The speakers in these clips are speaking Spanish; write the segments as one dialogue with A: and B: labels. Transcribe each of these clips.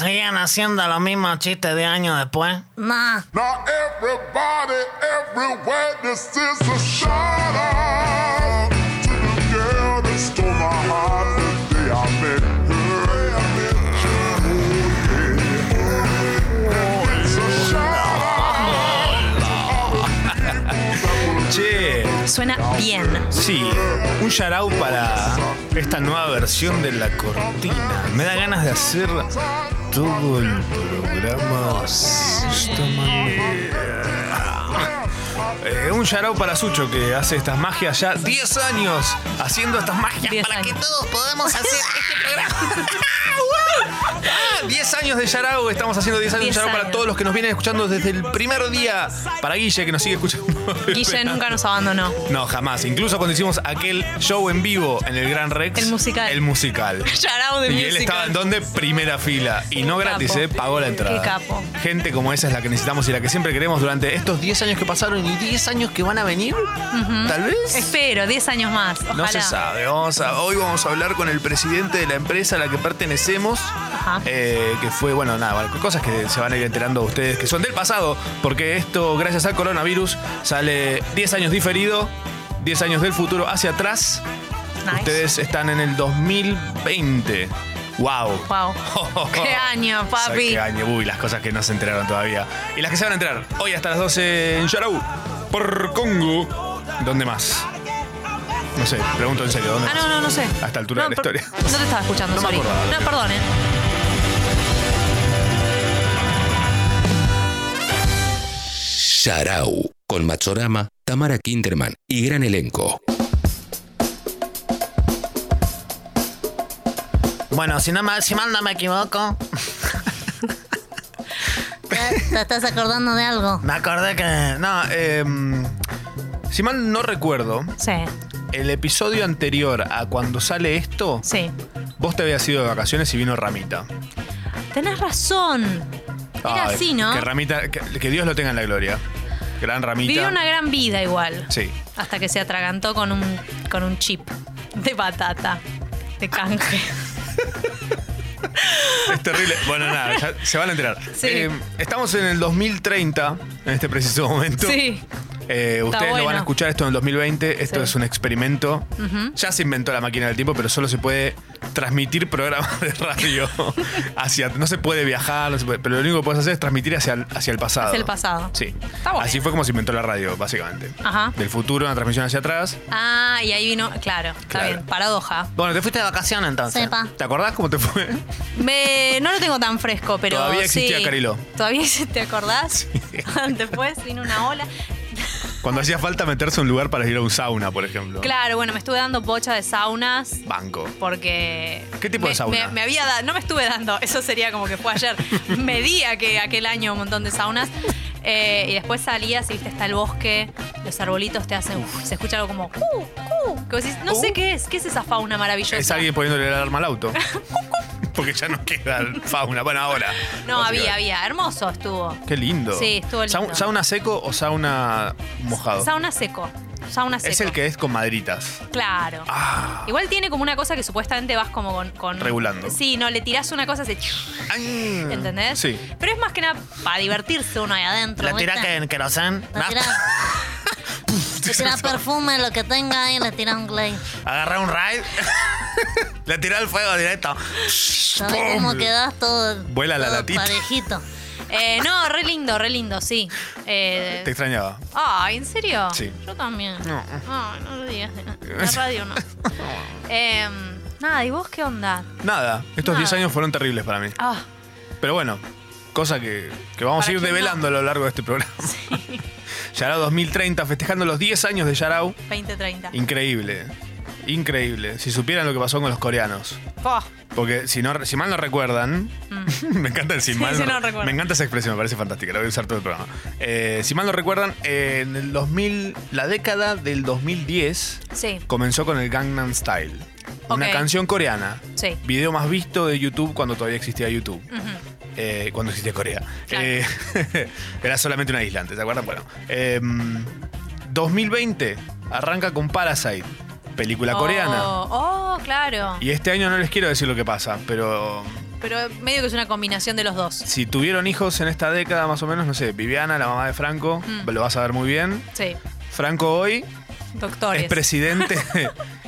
A: haciendo los mismos chistes de años después?
B: Nah.
C: Now everybody, everywhere, this is a shout out to the girl that stole my heart the day I met her. I met her. Oh, yeah. And It's a shout out to all the people that will
D: Che,
B: Suena bien.
D: sí, un shout out para esta nueva versión de la cortina. Me da ganas de hacer todo el programa. de esta manera. Eh, un shout out para Sucho que hace estas magias ya 10 años haciendo estas magias
B: 10
D: para que
B: años.
D: todos podamos hacer este programa. Ah, 10 años de Yarao, estamos haciendo 10 años de
B: 10
D: Yarao para
B: años.
D: todos los que nos vienen escuchando desde el primer día. Para Guille, que nos sigue escuchando.
B: Guille nunca nos abandonó.
D: No, jamás. Incluso cuando hicimos aquel show en vivo en el Gran Rex.
B: El musical.
D: El musical.
B: Yarao de
D: Y
B: musical.
D: él estaba en donde primera fila. Y no
B: Qué
D: gratis,
B: capo.
D: eh, pagó la entrada.
B: Qué capo.
D: Gente como esa es la que necesitamos y la que siempre queremos durante estos 10 años que pasaron y 10 años que van a venir. Tal vez.
B: Espero, 10 años más. Ojalá.
D: No se sabe. Vamos a- hoy vamos a hablar con el presidente de la empresa a la que pertenecemos. eh, que fue, bueno, nada, bueno, cosas que se van a ir enterando ustedes que son del pasado. Porque esto, gracias al coronavirus, sale 10 años diferido, 10 años del futuro hacia atrás.
B: Nice.
D: Ustedes están en el 2020. ¡Wow!
B: Wow. Qué año, papi.
D: Oh. Qué año. Uy, las cosas que no se enteraron todavía. Y las que se van a enterar hoy hasta las 12 en Yarau, por Congo. ¿Dónde más? No sé, pregunto en serio. ¿dónde
B: Ah,
D: más?
B: no, no, no sé.
D: A esta altura
B: No,
D: de la
B: per-
D: historia.
B: No te estaba escuchando,
D: No me
B: sorry.
D: acordaba,
B: no,
D: creo.
B: perdonen.
E: Sharau, con Machorama, Tamara Kinderman y gran elenco.
A: Bueno, si, no, me- si mal no me equivoco,
F: ¿Te, te estás acordando de algo?
A: me acordé que...
D: No, em, si mal no recuerdo,
B: Sí,
D: el episodio anterior a cuando sale esto,
B: sí.
D: vos te habías ido de vacaciones y vino Ramita.
B: Tenés razón. Era
D: Ay,
B: así, ¿no?
D: Que Ramita, que, que Dios lo tenga en la gloria. Gran Ramita.
B: Vivió una gran vida igual.
D: Sí.
B: Hasta que se atragantó con un, con un chip de batata, de canje.
D: Es terrible. Bueno, nada, ya se van a enterar.
B: Sí.
D: Eh, estamos en el 2030, en este preciso momento.
B: sí.
D: Eh, ustedes lo
B: bueno.
D: van a escuchar esto en el 2020. Esto
B: Sí.
D: es un experimento.
B: Ujú.
D: Ya se inventó la máquina del tiempo, pero solo se puede transmitir programas de radio hacia. No se puede viajar, no se puede- pero lo único que puedes hacer es transmitir hacia el, hacia el pasado.
B: Hacia el pasado.
D: Sí.
B: Está bueno.
D: Así fue como se inventó la radio, básicamente.
B: Ajá.
D: Del futuro, una transmisión hacia atrás.
B: Ah, y ahí vino, claro, está
D: Claro.
B: bien, paradoja.
A: Bueno, te fuiste de vacaciones entonces.
F: Sepa.
D: ¿Te acordás cómo te fue?
B: Me- no lo tengo tan fresco, pero
D: Todavía existía
B: sí.
D: Cariló.
B: Todavía existe, te acordás. Después vino una ola.
D: Cuando hacía falta meterse a un lugar para ir a un sauna, por ejemplo.
B: Claro, bueno, me estuve dando bocha de saunas
D: Banco.
B: porque
D: ¿Qué tipo de
B: me-
D: sauna?
B: Me, me había dado, no me estuve dando, eso sería como que fue ayer. me di que aquel año un montón de saunas. eh, y después salías y viste, está el bosque, los arbolitos te hacen, se escucha algo como, "Cu, cu", que vos decís,
D: Uh.
B: no sé qué es, ¿qué es esa fauna maravillosa?
D: Es alguien poniéndole el alarma al auto. Porque ya no queda fauna. Bueno, ahora.
B: no, había,
D: Básicamente.
B: había, hermoso estuvo.
D: Qué lindo.
B: Sí, estuvo lindo.
D: Sau- ¿Sauna seco o sauna mojado?
B: Sauna seco, sauna seco.
D: Es el que es con madritas.
B: Claro.
D: Ah.
B: Igual tiene como una cosa que supuestamente vas como con. con-
D: Regulando. Ah.
B: Sí, no, le tirás una cosa así. ¿Entendés?
D: Sí.
B: Pero es más que nada para divertirse uno ahí adentro.
A: Le tirás
B: ¿viste?
A: que en querosén.
F: Le
A: ¿no?
F: tirás, le tirás perfume, lo que tenga ahí, le tirás un glaze.
A: Agarrá un ride. Le tiré al fuego directo.
F: ¿Sabés cómo quedás todo,
D: Vuela la
F: todo
D: latita.
F: parejito?
B: Eh, no, re lindo, re lindo, sí. Eh,
D: Te extrañaba.
B: Ay, ¿en serio?
D: Sí.
B: Yo también.
D: No.
B: Ay, no lo digas. La radio no. Em, nada, ¿y vos qué onda?
D: Nada, estos
B: Nada.
D: 10 años fueron terribles para mí.
B: Ah,
D: Pero bueno, cosa que, que vamos a
B: ¿Para
D: ir
B: quién no?
D: develando a lo largo de este programa. Yarao 2030, festejando los 10 años de Yarao.
B: 20-30.
D: Increíble. Increíble. Si supieran lo que pasó con los coreanos.
B: Fua.
D: Porque si, no, si mal no recuerdan, me encanta el si
B: Mm. Sí,
D: mal
B: si no recuerdan.
D: me encanta esa expresión, me parece fantástica, la voy a usar todo el programa. Eh, si mal no recuerdan, eh, en el 2000, la década del 2010
B: Sí.
D: comenzó con el Gangnam Style, una
B: Ok.
D: canción coreana,
B: Sí.
D: video más visto de YouTube cuando todavía existía YouTube.
B: Ujú.
D: Eh, cuando existía Corea.
B: Mm. Claro.
D: Eh, era solamente una isla antes, ¿se acuerdan? Bueno. eh, 2020 arranca con Parasite, película coreana.
B: Oh, oh, claro.
D: Y este año no les quiero decir lo que pasa, pero
B: pero medio que es una combinación de los dos.
D: Si tuvieron hijos en esta década, más o menos, no sé, Viviana, la mamá de Franco,
B: Mm.
D: lo vas a ver muy bien.
B: Sí,
D: Franco hoy
B: doctores.
D: es presidente,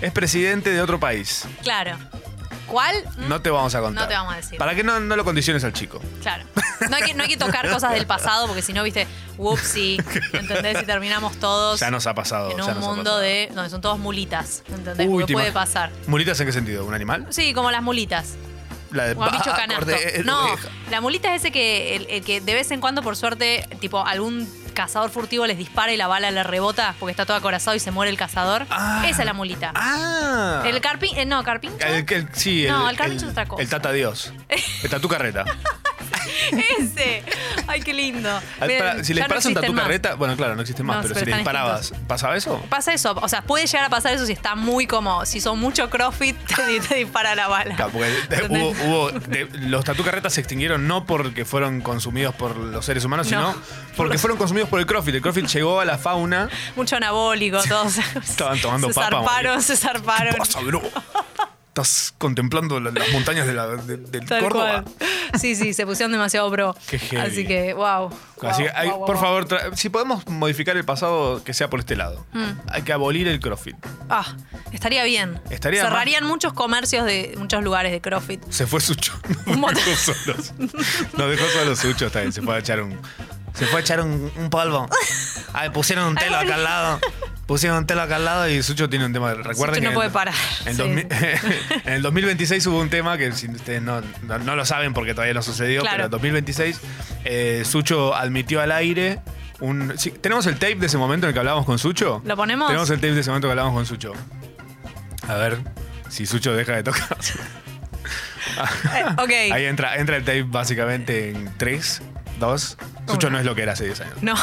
D: es presidente de otro país.
B: claro. ¿Cuál? Mm,
D: No te vamos a contar.
B: No te vamos a decir.
D: Para que no, no lo condiciones al chico.
B: Claro. No hay, que, no hay que tocar cosas del pasado porque si no, viste, whoopsie, ¿entendés? Y terminamos todos
D: Ya nos ha pasado.
B: en
D: ya
B: un
D: nos ha
B: mundo
D: pasado.
B: de donde son todos mulitas, ¿entendés?
D: Uy,
B: Porque
D: te
B: puede
D: imag-
B: pasar.
D: ¿Mulitas en qué sentido? ¿Un animal?
B: Sí, como las mulitas.
D: La de
B: O a bicho
D: "Bah,
B: canasto.
D: corté el
B: no,
D: oreja".
B: la mulita es ese que, el, el que de vez en cuando, por suerte, tipo algún cazador furtivo les dispara y la bala le rebota porque está todo acorazado y se muere el cazador.
D: Ah.
B: Esa es la mulita.
D: Ah.
B: El carpi... eh, no, carpincho.
D: El- el- sí,
B: No,
D: el,
B: el Carpincho es otra cosa.
D: El Tata Dios. El Tatu Carreta.
B: Ese. Ay, qué lindo.
D: Al-
B: Miren,
D: para- Ah, si le
B: ya no
D: disparas un
B: existen
D: Tatu
B: más.
D: Carreta, bueno, claro, no existe más,
B: No,
D: pero,
B: pero
D: si le
B: están
D: disparabas,
B: extintos.
D: ¿pasaba eso?
B: Pasa eso, o sea, puede llegar a pasar eso si está muy como, si son mucho crossfit, te, te dispara la bala.
D: Claro, porque de-
B: ¿Entendés?
D: hubo, hubo- de- los tatu carretas se extinguieron no porque fueron consumidos por los seres humanos,
B: No.
D: sino porque fueron consumidos por el CrossFit. El CrossFit llegó a la fauna.
B: Mucho anabólico, todos.
D: Estaban tomando
B: se
D: papa,
B: Zarparon,
D: boludo.
B: se zarparon.
D: Pasa, bro. Estás contemplando la- las montañas de la, de- del
B: Tal
D: Córdoba.
B: cual. Sí, sí, se pusieron demasiado pro.
D: Qué heavy.
B: Así que, wow.
D: Así que, hay- por favor, tra- si podemos modificar el pasado, que sea por este lado. Hay que abolir el CrossFit.
B: Mm. Ah, estaría bien.
D: Estaría
B: Cerrarían muchos comercios de muchos lugares de CrossFit.
D: Se fue Sucho.
B: Un
D: Nos
B: montón.
D: dejó solos. Nos dejó solos Sucho está bien. Se fue a echar un. Se fue a echar un, un polvo. Ay, pusieron un telo acá al lado. Pusieron un telo acá al lado y Sucho tiene un tema. Recuerden
B: Sucho no
D: que
B: puede parar.
D: En,
B: Sí.
D: 2000 en el 2026 hubo un tema que si ustedes no, no- no lo saben porque todavía no sucedió,
B: Claro.
D: pero en 2026 eh, Sucho admitió al aire. Un, sí, ¿Tenemos el tape de ese momento en el que hablábamos con Sucho?
B: ¿Lo ponemos?
D: Tenemos el tape de ese momento que hablábamos con Sucho. A ver si Sucho deja de tocar.
B: Eh, ok.
D: Ahí entra, entra el tape básicamente en 3, 2. Sucho no es lo que era hace 10 años.
B: No.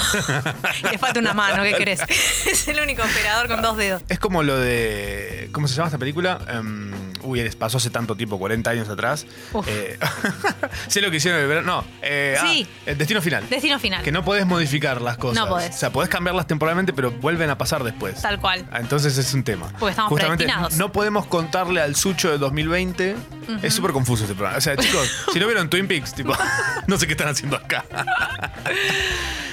B: Le falta una mano, ¿qué querés? es el único operador con dos dedos.
D: Es como lo de. ¿Cómo se llama esta película? Em, uy, les pasó hace tanto tiempo, 40 años atrás.
B: Uf.
D: Eh, sé lo que hicieron el verano. No, eh, ah,
B: Sí.
D: el destino final.
B: Destino final.
D: que no podés modificar las cosas.
B: No podés.
D: O sea, podés cambiarlas temporalmente, pero vuelven a pasar después.
B: Tal cual.
D: Ah, Entonces es un tema.
B: Porque estamos
D: Justamente
B: predestinados.
D: no podemos contarle al Sucho de 2020. Es súper confuso este programa. O sea, chicos, si no vieron Twin Peaks, tipo, no sé qué están haciendo acá.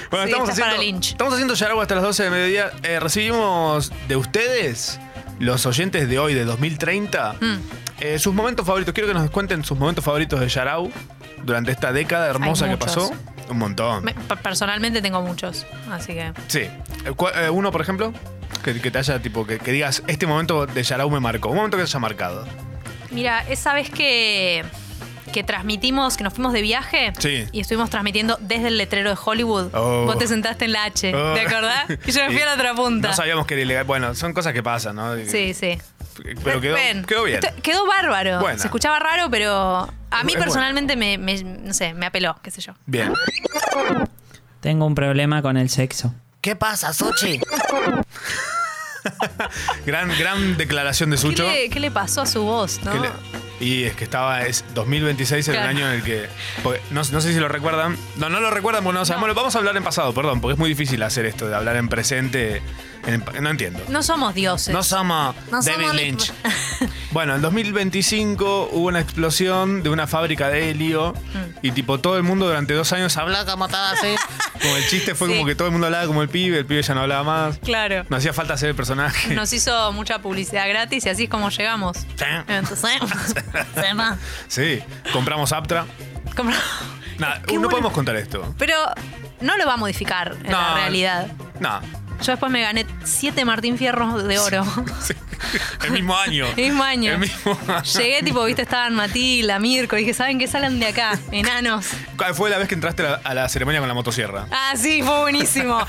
D: bueno,
B: Sí,
D: estamos
B: estás para
D: haciendo,
B: Lynch.
D: estamos haciendo Yaragua hasta las 12 de mediodía. Eh, recibimos de ustedes, los oyentes de hoy, de 2030,
B: Mm.
D: eh, sus momentos favoritos. Quiero que nos cuenten sus momentos favoritos de Yarau durante esta década hermosa
B: Hay
D: que
B: muchos.
D: pasó. Un montón.
B: Me- per- personalmente tengo muchos, así que.
D: Sí. Eh, cua- eh, Uno, por ejemplo, que, que te haya, tipo, que, que digas, este momento de Yarau me marcó. Un momento que te haya marcado.
B: Mira, esa vez que, que transmitimos, que nos fuimos de viaje
D: Sí.
B: y estuvimos transmitiendo desde el letrero de Hollywood,
D: Oh.
B: vos te sentaste en la H,
D: Oh.
B: Eh, ¿te acordás? Y yo me fui a la otra punta.
D: No sabíamos que era ilegal. Bueno, son cosas que pasan, ¿no?
B: sí, sí.
D: Pero quedó,
B: Ven. Este-
D: quedó bien.
B: Esto- Quedó bárbaro.
D: Buena.
B: Se escuchaba raro, pero a mí
D: Es bueno.
B: personalmente me, me- no sé, me apeló, qué sé yo.
D: Bien.
G: Tengo un problema con el sexo.
H: ¿Qué pasa, Suchi?
D: Gran, gran declaración de
B: ¿Qué
D: Sucho.
B: le, qué le pasó a su voz, no?
D: Que le- y es que estaba, es 2026 era
B: Claro.
D: el año en el que. porque no, no sé si lo recuerdan. No, no lo recuerdan porque no lo sabemos. Lo Vamos a hablar en pasado, perdón, porque es muy difícil hacer esto de hablar en presente. en- no entiendo.
B: No somos dioses.
D: No somos
F: No
D: David
F: somos
D: Lynch. bueno, en 2025 hubo una explosión de una fábrica de helio y tipo todo el mundo durante dos años hablaba
H: Placa matada, sí.
D: como el chiste fue
B: Sí.
D: como que todo el mundo hablaba como el pibe, el pibe ya no hablaba más.
B: Claro.
D: No hacía falta ser el personaje.
B: Nos hizo mucha publicidad gratis y así es como llegamos. Entonces,
F: Se va.
D: Sí, compramos Aptra.
B: como-
D: Nada,
B: Qué
D: no
B: bueno.
D: podemos contar esto.
B: Pero no lo va a modificar en la
D: No.
B: realidad.
D: No.
B: Yo después me gané siete Martín Fierros de oro.
D: Sí. El mismo año.
B: El mismo año.
D: El mismo año.
B: Llegué, tipo, viste, estaban Matilda, Mirko. y Dije, ¿saben qué? Salen de acá, enanos.
D: ¿Cuál fue la vez que entraste a la, a la ceremonia con la motosierra?
B: Ah, sí, fue buenísimo.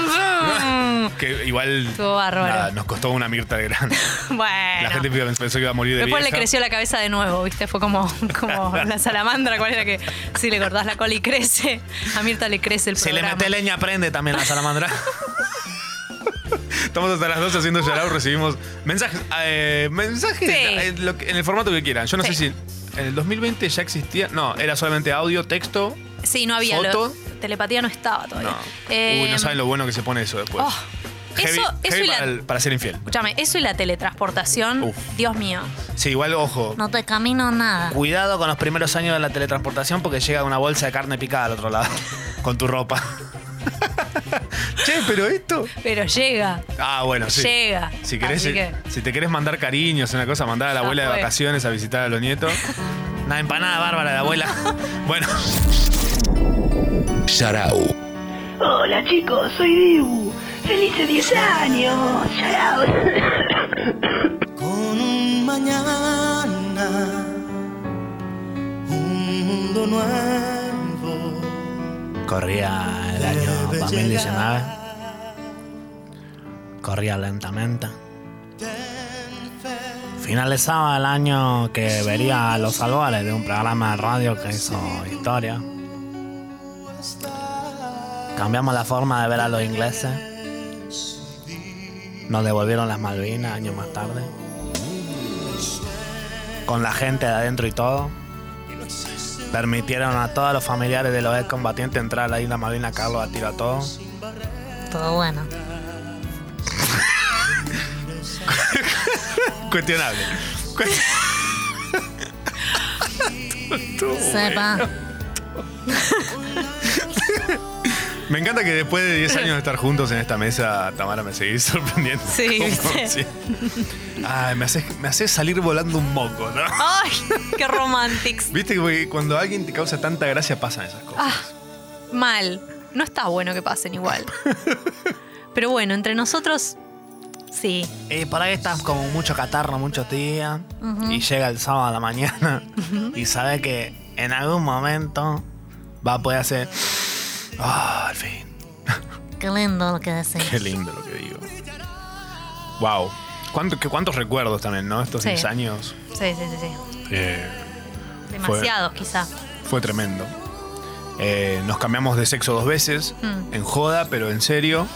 B: Zum,
D: Que igual.
B: Estuvo bárbaro.
D: nada, nos costó una mirta de grande.
B: zum. bueno.
D: La gente pensó que iba a morir de
B: Después le
D: vieja.
B: creció la cabeza de nuevo, ¿viste? Fue como, como la salamandra, ¿cuál era que si le cortás la cola y crece? A Mirta le crece el
D: Se
B: programa.
D: le mete leña, prende también la salamandra. Estamos hasta las 12 haciendo Yarao, recibimos mensajes, eh, mensajes
B: Sí.
D: eh, lo que- en el formato que quieran. Yo no
B: Sí.
D: sé si en el 2020 ya existía, no, era solamente audio, texto.
B: Sí, no había.
D: ¿Foto?
B: lo- telepatía no estaba todavía.
D: No.
B: Eh,
D: Uy, no saben lo bueno que se pone eso después.
B: oh, Eso, eso y
D: para,
B: la,
D: el- para ser infiel.
B: escúchame, eso y la teletransportación,
D: Uf.
B: Dios mío.
D: Sí, igual, ojo.
F: No te camino nada.
D: Cuidado con los primeros años de la teletransportación porque llega una bolsa de carne picada al otro lado. Con tu ropa. che, pero esto.
B: Pero llega.
D: Ah, bueno, sí.
B: Llega.
D: Si, querés,
B: Así que-
D: si te querés mandar cariños, una cosa, mandar a la
B: Ya
D: abuela de
B: fue.
D: vacaciones a visitar a los nietos. Una empanada bárbara de abuela. Bueno,
E: Sharau.
H: Hola chicos, soy Dibu. Felices 10 años. Shout
I: con un mañana, un mundo nuevo.
D: corría el año 2019. Corría lentamente. Finalizaba el año que vería a los albores de un programa de radio que hizo historia. Cambiamos la forma de ver a los ingleses. Nos devolvieron las Malvinas años más tarde. Con la gente de adentro y todo. Permitieron a todos los familiares de los excombatientes entrar a la isla Malvina Carlos a tiro a todos.
F: Todo bueno.
D: Cuestionable.
F: Sepa.
D: Me encanta que después de 10 años de estar juntos en esta mesa, Tamara, me seguís sorprendiendo.
B: Sí,
D: Como
B: ¿viste?
D: si- Ay, me haces, me haces salir volando un moco, ¿no?
B: ¡Ay! ¡Qué romantics!
D: Viste que porque cuando alguien te causa tanta gracia pasan esas cosas.
B: Ah, Mal. No está bueno que pasen igual. Pero bueno, entre nosotros, sí.
D: Eh, por ahí estás con mucho catarro, muchos días. Y llega el sábado a la mañana. Y sabe que en algún momento va a poder hacer. Ah, al fin.
F: Qué lindo lo que decís.
D: Qué lindo lo que digo. Wow. ¿Cuánto, qué- ¿Cuántos recuerdos también, no? Estos
B: Sí.
D: 10 años.
B: Sí, sí, sí, sí.
D: Eh,
B: Demasiados, quizá.
D: fue tremendo. Eh, nos cambiamos de sexo dos veces.
B: Mm.
D: En joda, pero en serio.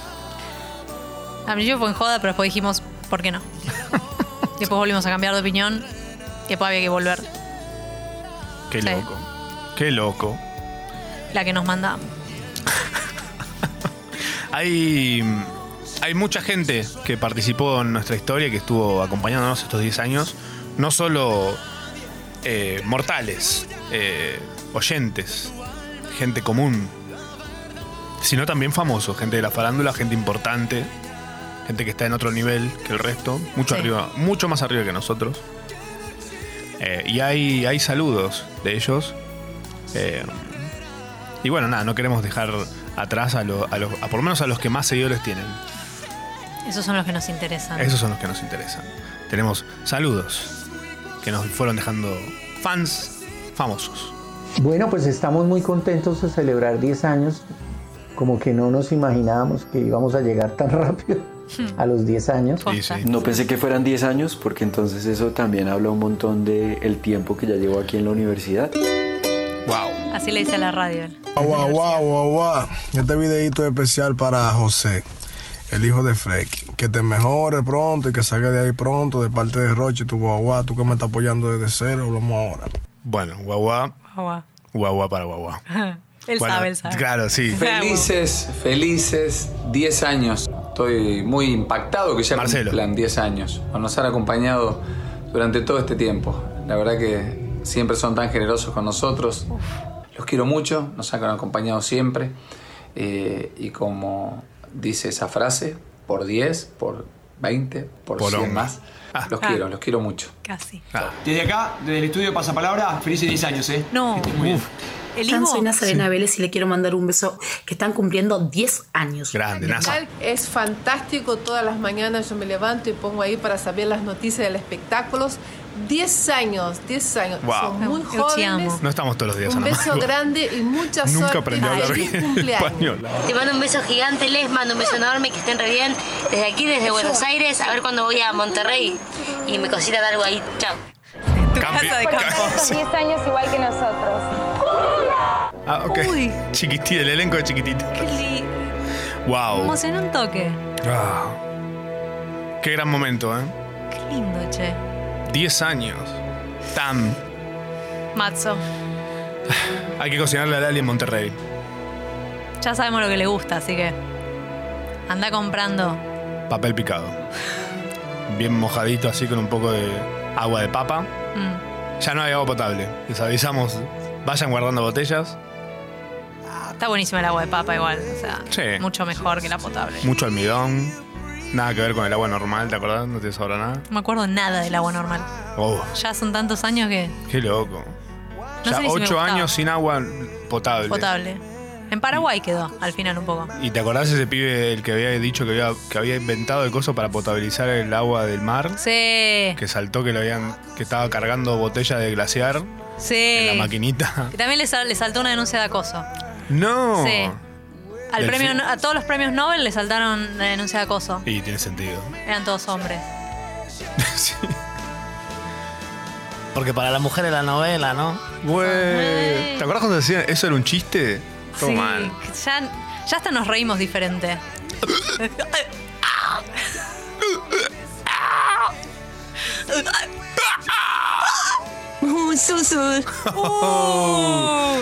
B: Al principio fue en joda, pero después dijimos, ¿por qué no? después volvimos a cambiar de opinión. Que después había que volver.
D: Qué
B: Sí.
D: loco. Qué loco.
B: La que nos mandamos.
D: Hay, hay mucha gente que participó en nuestra historia, que estuvo acompañándonos estos 10 años. No solo eh, mortales, eh, oyentes, gente común, sino también famosos, gente de la farándula, gente importante, gente que está en otro nivel que el resto, mucho
B: Sí.
D: arriba, mucho más arriba que nosotros. Eh, y hay, hay saludos de ellos. Eh, y bueno, nada, no queremos dejar atrás a, lo- a los, a por lo menos a los que más seguidores tienen.
B: Esos son los que nos interesan.
D: Esos son los que nos interesan. Tenemos saludos que nos fueron dejando fans famosos.
J: Bueno, pues estamos muy contentos de celebrar 10 años. Como que no nos imaginábamos que íbamos a llegar tan rápido a los 10 años.
B: Posta.
D: sí.
K: No pensé que fueran 10 años porque entonces eso también habla un montón de el tiempo que ya llevo aquí en la universidad.
D: Wow.
B: Así le dice a la radio.
I: Guau, guau, guau, guau. Este videito es especial para José, el hijo de Frecky. Que te mejore pronto y que salga de ahí pronto de parte de Roche, tu guagua, tú que me estás apoyando desde cero, hablamos ahora.
D: Bueno, guagua,
B: Guau,
D: guagua para guagua.
B: guau. Oh, él
D: Bueno,
B: sabe, él sabe.
D: Claro, sí.
B: Felices,
K: felices 10 años. Estoy muy impactado que ya
D: Marcelo. cumplan
K: 10 años. Nos han acompañado durante todo este tiempo. La verdad que siempre son tan generosos con nosotros. Los quiero mucho, nos han acompañado siempre. Eh, y como dice esa frase, por 10, por 20, por,
D: Por
K: 100
D: un.
K: más.
D: Ah.
K: Los quiero, los quiero mucho.
B: Casi.
D: Ah,
I: Desde acá, desde el estudio Pasapalabra, felices 10 años, ¿eh?
B: No. El Ivo.
H: Soy Nazarena Vélez y le quiero mandar un beso que están cumpliendo 10 años.
D: grande, NASA.
I: Es fantástico, todas las mañanas yo me levanto y pongo ahí para saber las noticias de los espectáculos. 10 años, 10 años.
D: Wow.
I: Son muy
B: Yo te amo.
I: jóvenes.
D: No estamos todos los días
I: Un
D: Ana
I: beso
D: Mago.
I: grande y mucha
D: Nunca
I: suerte.
D: aprendí a hablar
I: Feliz
D: bien
I: cumpleaños.
D: español.
F: Te mando un beso gigante, les mando un beso enorme, que estén re bien. Desde aquí, desde Buenos Aires, a ver cuando voy a Monterrey y me cositan algo ahí. Chao.
B: Tu
D: Campi-
B: casa de campo.
H: 10 años igual que nosotros.
D: Ah, ok.
B: Uy.
D: Chiquití, el elenco de chiquitito.
B: Qué li-
D: Wow.
B: Emocionó un toque.
D: Qué gran momento, ¿eh?
B: Qué lindo, che.
D: 10 años. Tam.
B: Matzo.
D: Hay que cocinarle a Lali en Monterrey.
B: Ya sabemos lo que le gusta, así que anda comprando
D: papel picado. Bien mojadito así con un poco de agua de papa.
B: Mm.
D: Ya no hay agua potable. Les avisamos, vayan guardando botellas.
B: Está buenísima el agua de papa igual, o sea,
D: Sí.
B: mucho mejor que la potable.
D: Mucho almidón. Nada que ver con el agua normal, ¿te acordás? No te sobra nada.
B: No me acuerdo nada del agua normal.
D: Oh,
B: Ya son tantos años que
D: qué loco.
B: No
D: ya
B: sé ni si me
D: ocho
B: gustaba.
D: años sin agua potable.
B: potable. En Paraguay quedó al final un poco.
D: ¿Y te acordás ese pibe el que había dicho que había, que había inventado el coso para potabilizar el agua del mar?
B: Sí,
D: Que saltó que lo habían, que estaba cargando botella de glaciar, la
B: sí.
D: maquinita.
B: Y también le, sal- le saltó una denuncia de acoso.
D: No.
B: Sí. Al
D: Del
B: premio,
D: fin-
B: a todos los premios Nobel le saltaron la denuncia de acoso.
D: Y tiene sentido.
B: Eran todos hombres.
D: Sí.
L: Porque para la mujer es la novela, ¿no?
D: Güey. ¿Te acordás cuando decían eso era un chiste? Todo
B: Sí,
D: mal.
B: Ya, ya hasta nos reímos diferente.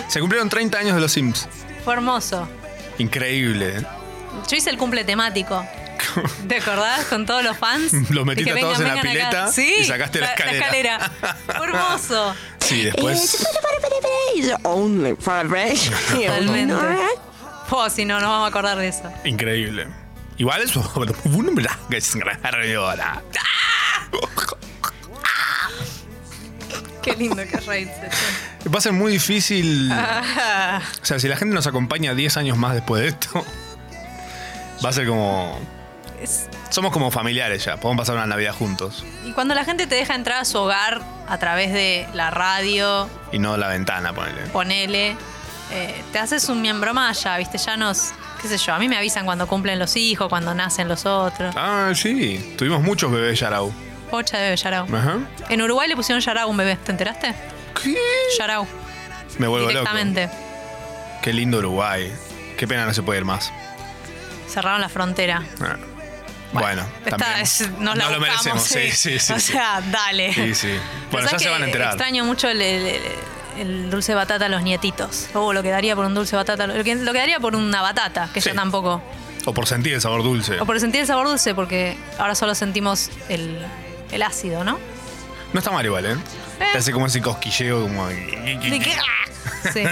D: Se cumplieron 30 años de los Sims.
B: Fue hermoso.
D: Increíble.
B: Yo hice el cumple temático. ¿Te acordás? Con todos los fans.
D: Los metiste
B: Dije,
D: a todos en
B: "Vengan,
D: la
B: vengan acá".
D: pileta
B: Sí,
D: y sacaste la escalera.
B: escalera. Fue hermoso.
D: Sí,
B: Eh,
D: después.
M: Only vibration.
B: Totalmente. Po, si no, nos vamos a acordar de eso.
D: Increíble. Igual eso. un blanco es grandiola.
B: Qué lindo que reírse.
D: Va a ser muy difícil.
B: Ah,
D: O sea, si la gente nos acompaña 10 años más después de esto, va a ser como.
B: es-
D: Somos como familiares ya. Podemos pasar una Navidad juntos
B: Y cuando la gente te deja entrar a su hogar a través de la radio,
D: y no la ventana, ponele.
B: ponele, eh, te haces un miembro maya, ¿viste? Ya nos, qué sé yo, a mí me avisan cuando cumplen los hijos, cuando nacen los otros.
D: Ah, sí. Tuvimos muchos bebés Yarau.
B: Pocha de bebé, Yarau.
D: Ajá.
B: En Uruguay le pusieron Yarau a un bebé, ¿te enteraste?
D: ¿Qué?
B: Yarau,
D: Me vuelvo loco.
B: directamente.
D: Qué lindo Uruguay. Qué pena no se puede ir más.
B: Cerraron la frontera.
D: Ah. Bueno,
B: Esta
D: también.
B: es- nos la
D: No lo
B: buscamos,
D: merecemos. Sí, sí, sí.
B: O
D: sí.
B: sea, dale.
D: Sí, sí.
B: Pero
D: Bueno, ya
B: ¿sabes
D: se
B: qué?
D: van a enterar.
B: Extraño mucho el, el- el- el dulce de batata a los nietitos. Oh, lo que daría por un dulce de batata. Lo que, lo que daría por una batata, que yo tampoco.
D: O por sentir el sabor dulce.
B: O por sentir el sabor dulce, porque ahora solo sentimos el, el ácido, ¿no?
D: No está mal igual, ¿eh? Te hace como ese cosquilleo, como...
B: De que- Sí.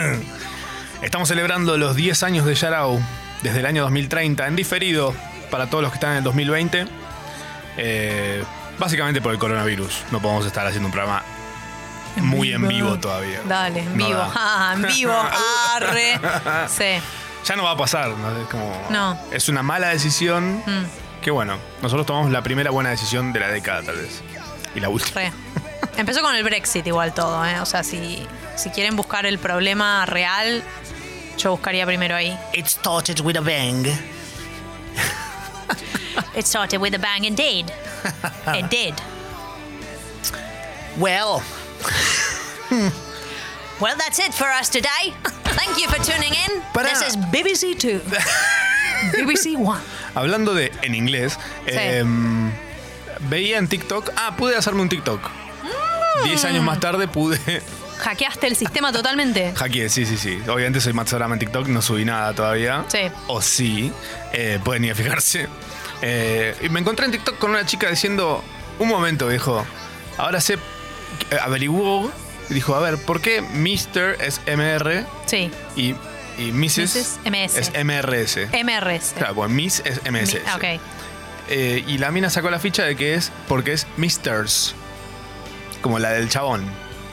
D: Estamos celebrando los 10 años de Yarao desde el año 2030 en diferido para todos los que están en el 2020. Eh, básicamente por el coronavirus. No podemos estar haciendo un programa muy en vivo todavía.
B: Dale, en
D: No
B: vivo.
D: da.
B: Ah, en vivo. Arre. Sí.
D: Ya no va a pasar, ¿no? Es como...
B: No.
D: Es una mala decisión
B: Mm,
D: que, bueno, nosotros tomamos la primera buena decisión de la década, tal vez. Y la última.
B: re. Empezó con el Brexit igual todo, ¿eh? O sea, si, si quieren buscar el problema real, yo buscaría primero ahí.
L: It started with a bang.
B: It started with a bang indeed. It did.
L: Well.
B: Well, that's it for us today. Thank you for tuning in. This is BBC Two. BBC One.
D: Hablando de en inglés, em, veía en TikTok. Ah, pude hacerme un TikTok. Diez años más tarde pude.
B: Hackeaste el sistema totalmente.
D: Hackeé, sí, sí, sí. Obviamente soy Matsorama en TikTok, no subí nada todavía.
B: Sí.
D: O sí. eh, pueden ir a fijarse. Eh, y me encontré en TikTok con una chica diciendo: Un momento, viejo. Ahora sé. eh, Averiguó. y Dijo: A ver, ¿por qué Mr. es MR
B: Sí.
D: y, y Mrs.
B: Mrs. MS.
D: es MRS?
B: MRS.
D: Claro, bueno, Miss es MS.
B: Mi- ah, ok.
D: Eh, y la mina sacó la ficha de que es porque es Misters. Como la del chabón.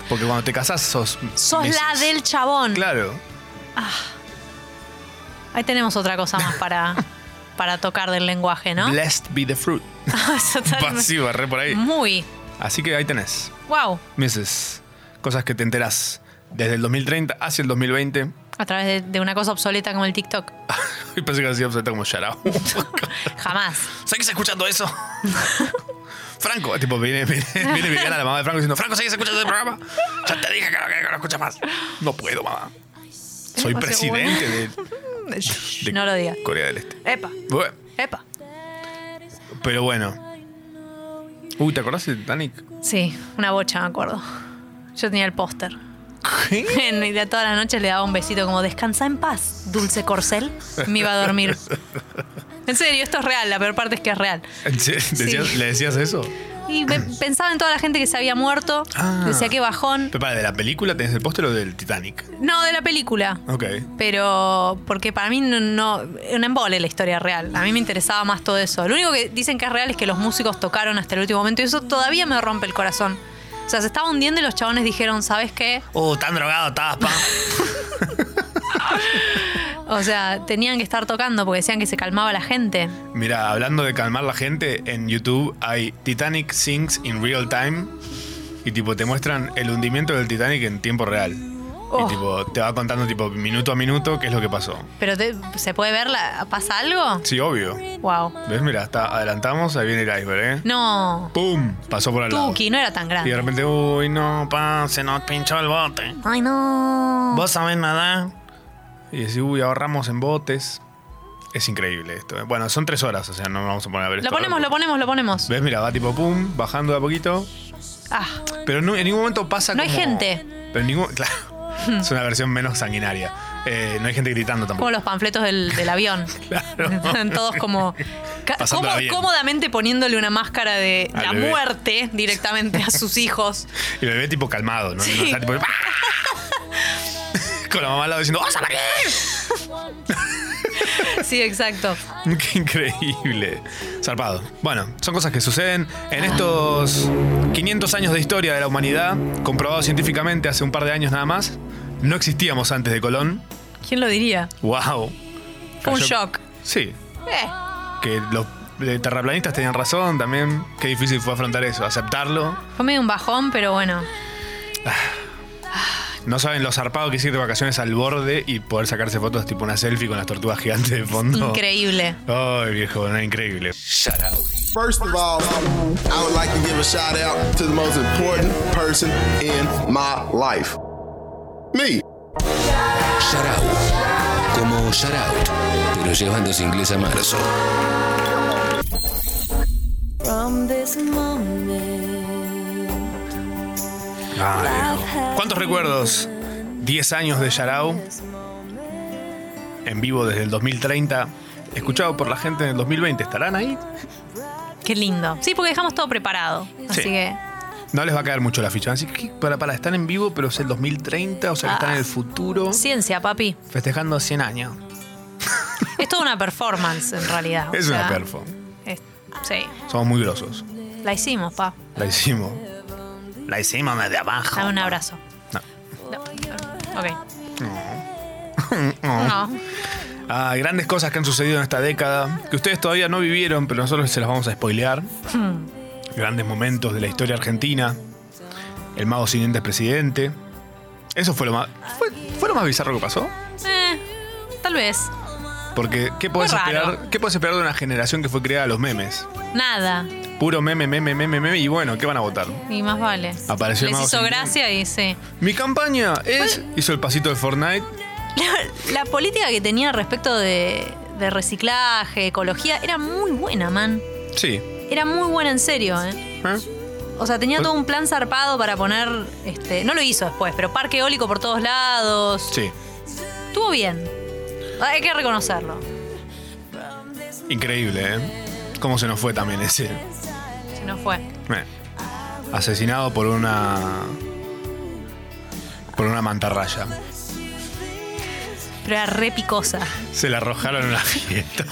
D: Porque cuando te casás sos.
B: Sos
D: Mrs..
B: la del chabón.
D: Claro.
B: Ahí tenemos otra cosa más para, para tocar del lenguaje, ¿no? Ah,
D: Blessed be the fruit.
B: Totalmente.
D: Pasiva, re por ahí.
B: Muy.
D: Así que ahí tenés.
B: Wow.
D: Mrs. Cosas que te enterás desde el 2030 hacia el 2020.
B: A través de, de una cosa obsoleta como el TikTok.
D: Y pensé que así obsoleta como Yarao.
B: Jamás.
D: ¿Seguís escuchando eso? Franco, tipo, viene, viene, viene Viviana, la mamá de Franco, diciendo: Franco, ¿seguís escuchando este programa? Ya te dije que no, que no escuchas más. No puedo, mamá. Soy
B: Demasiado
D: presidente de, de
B: no lo digas.
D: Corea del Este.
B: Epa,
D: Bueno,
B: epa.
D: Pero bueno. Uy, ¿te acordás de Titanic?
B: Sí, una bocha, me acuerdo. Yo tenía el póster. En- Y a todas las noches le daba un besito como descansa en paz, dulce corcel. Me iba a dormir. En serio, esto es real, la peor parte es que es real.
D: ¿Decías-
B: Sí.
D: ¿Le decías eso?
B: Y me- pensaba en toda la gente que se había muerto.
D: Ah.
B: Decía qué bajón.
D: Pero para, ¿de la película tenés el póster o del Titanic?
B: No, de la película.
D: Ok.
B: Pero porque para mí no, no un embole la historia real. A mí me interesaba más todo eso. Lo único que dicen que es real es que los músicos tocaron hasta el último momento y eso todavía me rompe el corazón. O sea, se estaba hundiendo y los chabones dijeron, ¿sabes qué?
A: Uh, tan drogado estabas, pa.
B: O sea, tenían que estar tocando porque decían que se calmaba la gente.
D: Mira, hablando de calmar la gente, en YouTube hay Titanic Sinks in Real Time y tipo te muestran el hundimiento del Titanic en tiempo real.
B: Oh.
D: Y tipo te va contando tipo minuto a minuto qué es lo que pasó.
B: Pero te- ¿se puede ver? la- ¿Pasa algo?
D: Sí, obvio.
B: Wow.
D: ¿Ves? Mira, hasta adelantamos, ahí viene el iceberg, ¿eh?
B: No.
D: ¡Pum! Pasó por al lado.
B: Tuki, no era tan
D: Y de
B: grande.
D: repente, uy, no, pa, se nos pinchó el bote.
B: Ay, no.
D: ¿Vos sabés nadar? Y decís, uy, ahorramos en botes. Es increíble esto. ¿eh? Bueno, son tres horas, o sea, no vamos a poner a ver
B: Lo
D: esto.
B: ponemos, lo ponemos, lo ponemos.
D: ¿Ves? Mira, va tipo pum, bajando de a poquito.
B: Ah,
D: Pero no- en ningún momento pasa
B: no hay
D: como-
B: gente.
D: Pero en ningún... Claro, es una versión menos sanguinaria. Eh, no hay gente gritando tampoco.
B: Como los panfletos del, del avión. Están todos como ca-
D: Pasándola
B: cómo-
D: bien.
B: cómodamente poniéndole una máscara de
D: Al
B: la
D: bebé.
B: muerte directamente a sus hijos.
D: Y el bebé tipo calmado, ¿no?
B: Sí.
D: No está tipo, ¡Ah! Con la mamá al lado diciendo, ¡Vas a morir!
B: Sí, exacto.
D: Qué increíble. Zarpado. Bueno, son cosas que suceden en estos 500 años de historia de la humanidad, comprobado científicamente hace un par de años nada más. No existíamos antes de Colón.
B: ¿Quién lo diría?
D: ¡Wow!
B: Fue un
D: Cayó-
B: shock.
D: Sí,
B: Eh,
D: que los eh, terraplanistas tenían razón también. Qué difícil fue afrontar eso, aceptarlo.
B: fue medio un bajón, pero bueno.
D: No saben lo zarpado que es ir de vacaciones al borde y poder sacarse fotos tipo una selfie con las tortugas gigantes de fondo.
B: Increíble.
D: Ay, viejo, no, increíble.
N: First of all, I would like to give a shout out to the most important person in my life. Me.
E: Shout out. Como shout out, pero llevándose inglés a marzo.
O: From this moment.
D: Ah, viejo. ¿Cuántos recuerdos? 10 años de Yarao. En vivo desde el 2030. Escuchado por la gente en el 2020. ¿Estarán ahí?
B: Qué lindo. Sí, porque dejamos todo preparado. Así
D: Sí.
B: que.
D: No les va a caer mucho la ficha. Así que, para, para, están en vivo, pero es el 2030, o sea que están
B: Ah.
D: en el futuro.
B: Ciencia, papi.
D: Festejando 100 años.
B: Es toda una performance, en realidad. o
D: Es una
B: sea,
D: perfo.
B: es- sí.
D: Somos muy grosos.
B: La hicimos, pa.
D: La hicimos. La hicimos desde abajo.
B: Dame un abrazo.
D: No.
B: No, Ok. Ah.
D: No.
B: No.
D: Ah, grandes cosas que han sucedido en esta década, que ustedes todavía no vivieron, pero nosotros se las vamos a spoilear.
B: Hmm.
D: Grandes momentos de la historia argentina. El mago siguiente es presidente. Eso fue lo más. Fue, fue lo más bizarro que pasó.
B: Eh, tal vez.
D: Porque, ¿qué puedes
B: Fue raro.
D: esperar? ¿Qué puedes esperar de una generación que fue creada a los memes?
B: Nada.
D: Puro meme, meme, meme, meme. Y bueno, ¿qué van a votar?
B: Y más vale.
D: Apareció el
B: Les
D: mago
B: hizo
D: sin-
B: gracia y sí.
D: Mi campaña es. Hizo el pasito de Fortnite.
B: La, la política que tenía respecto de, de reciclaje, ecología, era muy buena, man.
D: Sí.
B: Era muy buena en serio, ¿eh? O sea, tenía todo un plan zarpado para poner. Este, no lo hizo después, pero parque eólico por todos lados.
D: Sí.
B: Estuvo bien. Hay que reconocerlo.
D: Increíble, ¿eh? Cómo se nos fue también ese.
B: Si no fue.
D: Eh. Asesinado por una. por una mantarraya.
B: Pero era re picosa.
D: Se la arrojaron en la fiesta.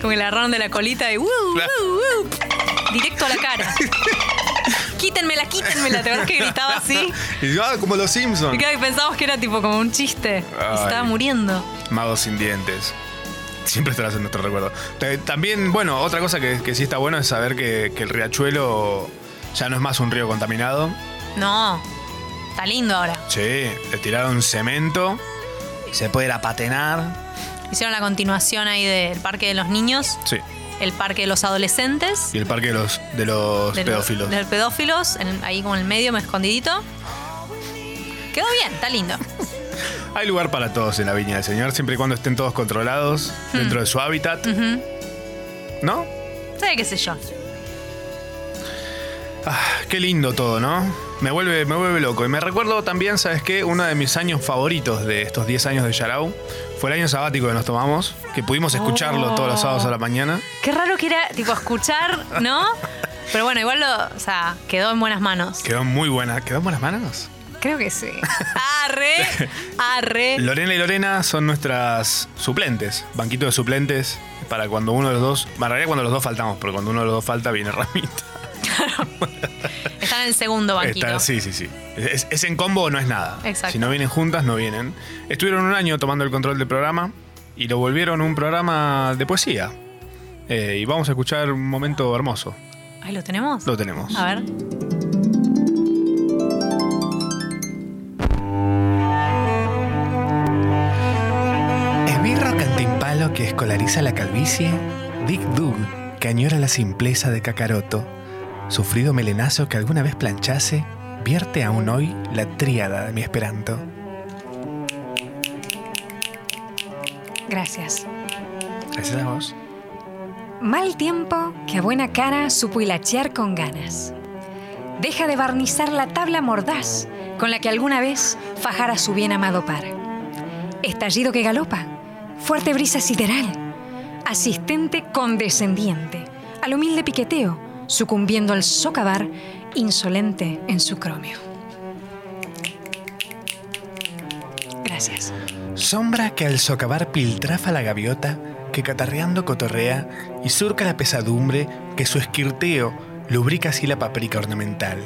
B: Como que la agarraron de la colita y. ¡uh, uh, uh! directo a la cara. quítenmela, quítenmela. ¿Te acuerdas que gritaba así?
D: Y yo, ah, como los
B: Y
D: Simpsons.
B: claro que pensábamos que era tipo como un chiste.
D: Ay.
B: Y se estaba muriendo.
D: Magos sin dientes. Siempre estarás en nuestro recuerdo. Ta- También, bueno, otra cosa que, que sí está bueno es saber que, que el riachuelo ya no es más un río contaminado.
B: No. Está lindo ahora.
D: Sí, le tiraron cemento. Se puede ir a patenar.
B: Hicieron la continuación ahí del Parque de los Niños,
D: Sí.
B: el Parque de los Adolescentes.
D: Y el parque de los, de los
B: del-
D: pedófilos.
B: Del pedófilos, en- ahí como en el medio, me escondidito. Quedó bien, está lindo.
D: Hay lugar para todos en la Viña del Señor, siempre y cuando estén todos controlados dentro de su hábitat,
B: Hmm. Ujú.
D: ¿no?
B: Sí, qué sé yo.
D: Qué lindo todo, ¿no? Me vuelve, me vuelve loco. Y me recuerdo también, ¿sabes qué? Uno de mis años favoritos de estos 10 años de Yarau fue el año sabático que nos tomamos, que pudimos escucharlo
B: Oh.
D: todos los sábados a la mañana.
B: Qué raro que era, tipo, escuchar, ¿no? Pero bueno, igual lo, o sea, quedó en buenas manos.
D: Quedó muy buena. ¿Quedó en buenas manos?
B: Creo que sí. Arre, arre.
D: Lorena y Lorena son nuestras suplentes, banquito de suplentes para cuando uno de los dos, en realidad cuando los dos faltamos, porque cuando uno de los dos falta viene Ramita.
B: Están en el segundo banquito.
D: Está- sí, sí, sí. Es, es en combo o no es nada.
B: Exacto.
D: Si no vienen juntas, no vienen. Estuvieron un año tomando el control del programa y lo volvieron un programa de poesía. Eh, y vamos a escuchar un momento hermoso.
B: Ahí lo tenemos.
D: Lo tenemos.
B: A ver.
D: Es birro cantimpalo que escolariza la calvicie, Dick Dug que añora la simpleza de Cacaroto, sufrido melenazo que alguna vez planchase, vierte aún hoy la tríada de mi esperanto.
P: Gracias.
D: Gracias a vos.
P: Mal tiempo que a buena cara supo hilachear con ganas. Deja de barnizar la tabla mordaz con la que alguna vez fajara su bien amado par. Estallido que galopa, fuerte brisa sideral, asistente condescendiente, al humilde piqueteo, sucumbiendo al socavar, insolente en su cromio. Gracias.
D: Sombra que al socavar piltrafa la gaviota, que catarreando cotorrea y surca la pesadumbre que su esquirteo lubrica así la paprika ornamental.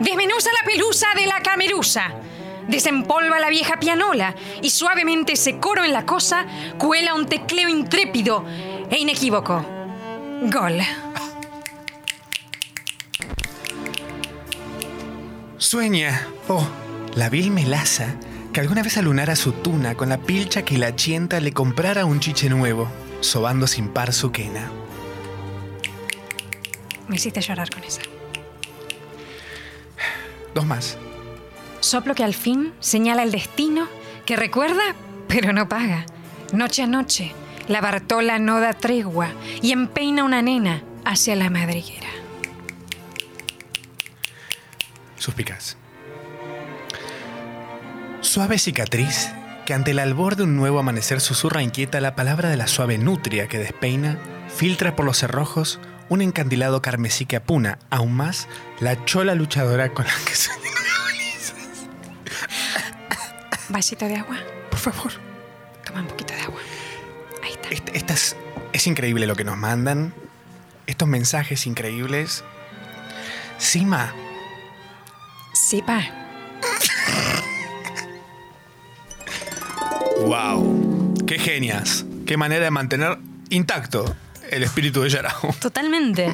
P: Desmenuza la pelusa de la camerusa. Desempolva la vieja pianola y suavemente ese coro en la cosa cuela un tecleo intrépido e inequívoco. Gol.
D: Sueña, oh, la vil melaza, que alguna vez alunara su tuna con la pilcha que la chienta le comprara un chiche nuevo, sobando sin par su quena.
P: Me hiciste llorar con esa.
D: Dos más.
P: Soplo que al fin señala el destino que recuerda, pero no paga. Noche a noche, la Bartola no da tregua y empeina una nena hacia la madriguera.
D: Suspicaz. Suave cicatriz que ante el albor de un nuevo amanecer susurra inquieta la palabra de la suave nutria que despeina, filtra por los cerrojos un encandilado carmesí que apuna, aún más, la chola luchadora con la que se...
P: Vasito de agua.
D: Por favor.
P: Toma un poquito de agua.
D: Est- estas- es increíble lo que nos mandan. Estos mensajes increíbles. Sima,
P: Sipa.
D: wow. Qué genias. Qué manera de mantener intacto el espíritu de Yarao.
B: Totalmente.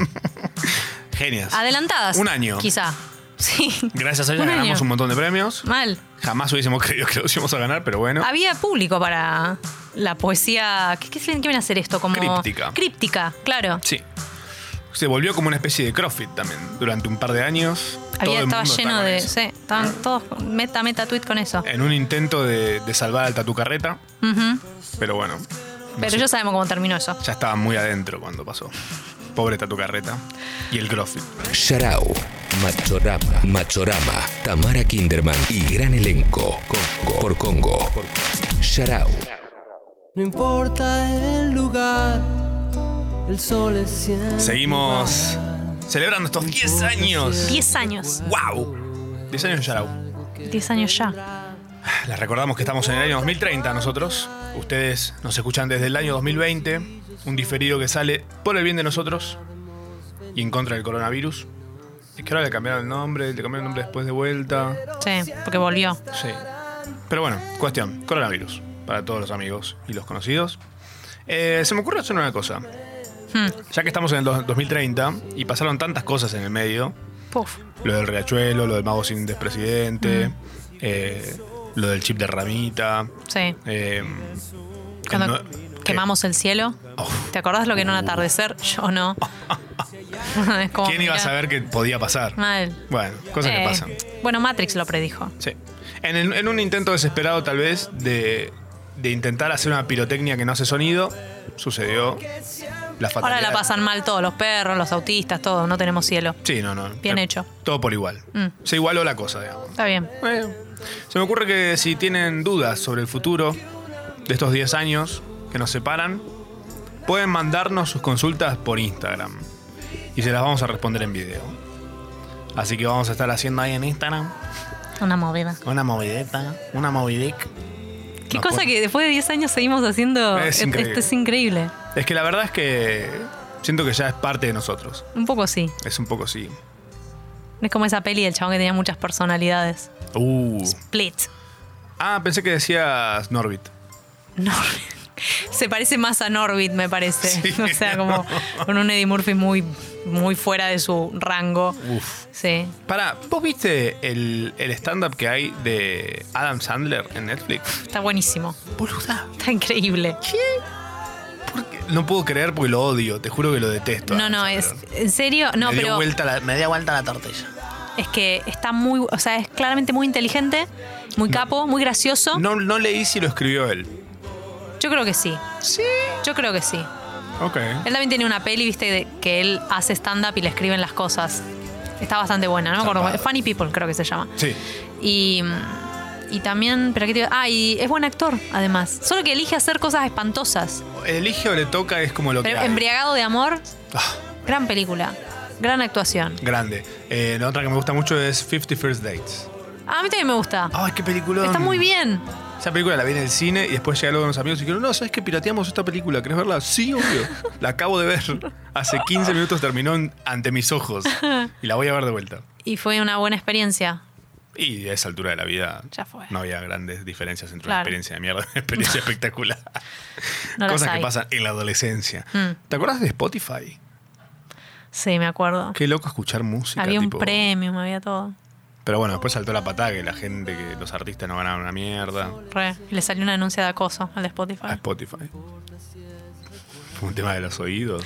D: Genias.
B: Adelantadas.
D: Un año.
B: Quizá. Sí.
D: Gracias a ellas
B: Un año.
D: ganamos un montón de premios.
B: Mal.
D: Jamás hubiésemos creído que los íbamos a ganar, pero bueno.
B: Había público para la poesía. ¿Qué, qué, qué viene a hacer esto? Como
D: Críptica.
B: Críptica, claro.
D: Sí. Se volvió como una especie de CrossFit también. Durante un par de años. todo
B: Había,
D: el
B: estaba
D: mundo
B: lleno
D: estaba
B: de. Sí, estaban todos con meta, meta tweet con eso.
D: En un intento de, de salvar al Tatu Carreta,
B: Ujú.
D: pero bueno.
B: Pero ya sabemos cómo terminó eso.
D: Ya estaba muy adentro cuando pasó. Pobre Tatu Carreta. Y el CrossFit.
E: Sharau, Machorama, Machorama, Tamara Kinderman y gran elenco Congo, por Congo. Sharau,
Q: No importa el lugar, el sol es siempre.
D: Seguimos celebrando estos 10 años.
B: 10 años.
D: ¡Wow! 10 años de Yarau.
B: 10 años ya.
D: Les recordamos que estamos en el año 2030 nosotros. Ustedes nos escuchan desde el año 2020. Un diferido que sale por el bien de nosotros y en contra del coronavirus. Es que ahora le cambiaron el nombre, le cambiaron el nombre después de vuelta.
B: Sí, porque volvió.
D: Sí. Pero bueno, cuestión, coronavirus, para todos los amigos y los conocidos. Eh, se me ocurre hacer una cosa.
B: Hmm.
D: Ya que estamos en el do- 2030 y pasaron tantas cosas en el medio,
B: Puf.
D: lo del riachuelo, lo del mago sin despresidente, eh, lo del chip de ramita.
B: Sí.
D: eh,
B: Cuando
D: el no- eh, oh.
B: quemamos el cielo. ¿Te acordás lo que era un atardecer? Yo no. Es como,
D: ¿Quién iba a
B: mirá,
D: saber que podía pasar?
B: Mal.
D: Bueno, cosas que
B: Eh,
D: pasan.
B: Bueno, Matrix lo predijo.
D: Sí. En, el- en un intento desesperado, tal vez, de, de intentar hacer una pirotecnia que no hace sonido, sucedió la
B: Ahora
D: fatalidad.
B: la pasan mal todos, los perros, los autistas, todos, no tenemos cielo.
D: Sí, no, no.
B: Bien
D: Eh,
B: hecho.
D: Todo por igual.
B: Mm.
D: Se igualó la cosa, digamos.
B: Está bien.
D: Se me ocurre que si tienen dudas sobre el futuro de estos 10 años que nos separan, pueden mandarnos sus consultas por Instagram. Y se las vamos a responder en video. Así que vamos a estar haciendo ahí en Instagram
B: Una movida.
D: una movideta, una movidic.
B: Qué
D: Nos
B: cosa
D: pon-
B: que después de 10 años seguimos haciendo.
D: Es
B: e-
D: increíble.
B: Esto es increíble.
D: Es que la verdad es que siento que ya es parte de nosotros.
B: Un poco sí.
D: Es un poco así.
B: Es como esa peli del chabón que tenía muchas personalidades.
D: Uh.
B: Split.
D: Ah, pensé que decías Norbit.
B: Se parece más a Norbit, me parece. o sea, como con un Eddie Murphy muy, muy fuera de su rango.
D: Uf.
B: Sí.
D: Pará, ¿vos viste el, el stand-up que hay de Adam Sandler en Netflix?
B: Está buenísimo.
D: Boluda.
B: Está increíble.
D: No puedo creer porque lo odio, te juro que lo detesto.
B: No, no, es. En serio, no,
D: me, dio
B: pero.
D: vuelta la, me dio vuelta la tortilla.
B: Es que está muy. O sea, es claramente muy inteligente, muy capo, muy gracioso.
D: No, no leí si lo escribió él.
B: Yo creo que sí. Sí. Yo creo que sí.
D: Ok.
B: Él también tiene una peli, viste, de- que él hace stand-up y le escriben las cosas. Está bastante buena, no me acuerdo.
D: Zarpado.
B: Funny People, creo que se llama.
D: Sí.
B: Y. mm, Y también. ¿Pero qué te iba- Ah, y es buen actor, además. Solo que elige hacer cosas espantosas.
D: Elige o le toca es como lo que.
B: Pero
D: hay. Ah.
B: Embriagado de amor. Gran película. Gran actuación.
D: Grande. Eh, la otra que me gusta mucho es 50 First Dates.
B: Ah, a mí también me gusta.
D: Ay, qué película.
B: Está muy bien.
D: Esa película la vi en el cine y después llegué luego con unos amigos y dijeron, no, ¿sabes que pirateamos esta película? ¿Querés verla? Sí, obvio. La acabo de ver. Hace 15 minutos terminó en- ante mis ojos. Y la voy a ver de vuelta.
B: Y fue una buena experiencia.
D: Y a esa altura de la vida
B: Ya fue.
D: no había grandes diferencias entre una
B: Claro.
D: experiencia de mierda y una experiencia espectacular.
B: No las
D: Cosas que
B: hay.
D: pasan en la adolescencia.
B: Mm.
D: ¿Te acuerdas de Spotify?
B: Sí, me acuerdo.
D: Qué loco escuchar música.
B: Ah. había un
D: tipo-
B: premio, había todo.
D: Pero bueno, después saltó la patada que la gente, que los artistas no ganaban una mierda.
B: Re. Y le salió una denuncia de acoso al de Spotify.
D: A Spotify. Fue un tema de los oídos.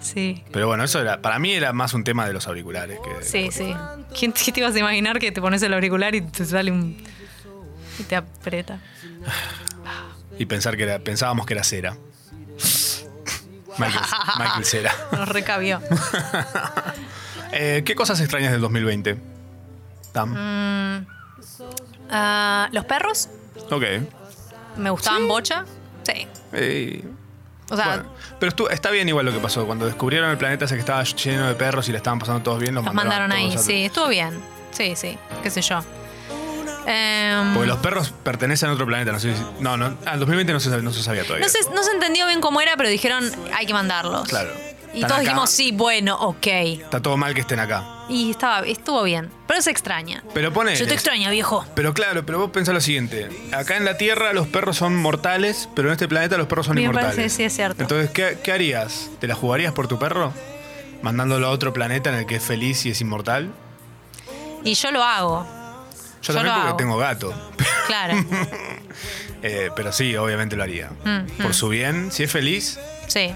B: Sí.
D: Pero bueno, eso era, para mí era más un tema de los auriculares que
B: Sí, sí. ¿Quién te, qué te ibas a imaginar que te pones el auricular y te sale un. y te aprieta?
D: y pensar que era, pensábamos que era cera. Michael, Michael Cera.
B: Nos recabió.
D: Eh, ¿Qué cosas extrañas del 2020? Tam.
B: Mm. Ah, Los perros
D: Ok.
B: me gustaban bocha. Sí.
D: Eh,
B: O sea,
D: bueno. Pero estu- está bien igual lo que pasó. Cuando descubrieron el planeta ese que estaba lleno de perros y la estaban pasando todos bien, los,
B: los mandaron
D: a
B: ahí.
D: todos a-
B: Sí, estuvo bien. Sí, sí. Qué sé yo. Em,
D: Porque los perros pertenecen a otro planeta. No, sé si- no, no al 2020 no se, sab- no se sabía todavía.
B: no, se, no se entendió bien cómo era, pero dijeron hay que mandarlos.
D: Claro.
B: Y
D: Están
B: todos
D: acá.
B: dijimos, sí, bueno, ok.
D: Está todo mal que estén acá.
B: Y estaba, estuvo bien. Pero se extraña.
D: Pero pone.
B: Yo te extraño, viejo.
D: Pero claro, pero vos pensás lo siguiente. Acá en la Tierra los perros son mortales, pero en este planeta los perros son
B: Me
D: inmortales.
B: parece, sí, es cierto.
D: Entonces, ¿qué, qué harías? ¿Te la jugarías por tu perro? ¿Mandándolo a otro planeta en el que es feliz y es inmortal?
B: Y yo lo hago,
D: Yo,
B: Yo
D: también
B: lo
D: porque
B: hago.
D: tengo gato.
B: claro.
D: Eh, pero sí, obviamente lo haría.
B: Mm,
D: Por
B: mm.
D: su bien, si es feliz,
B: Sí.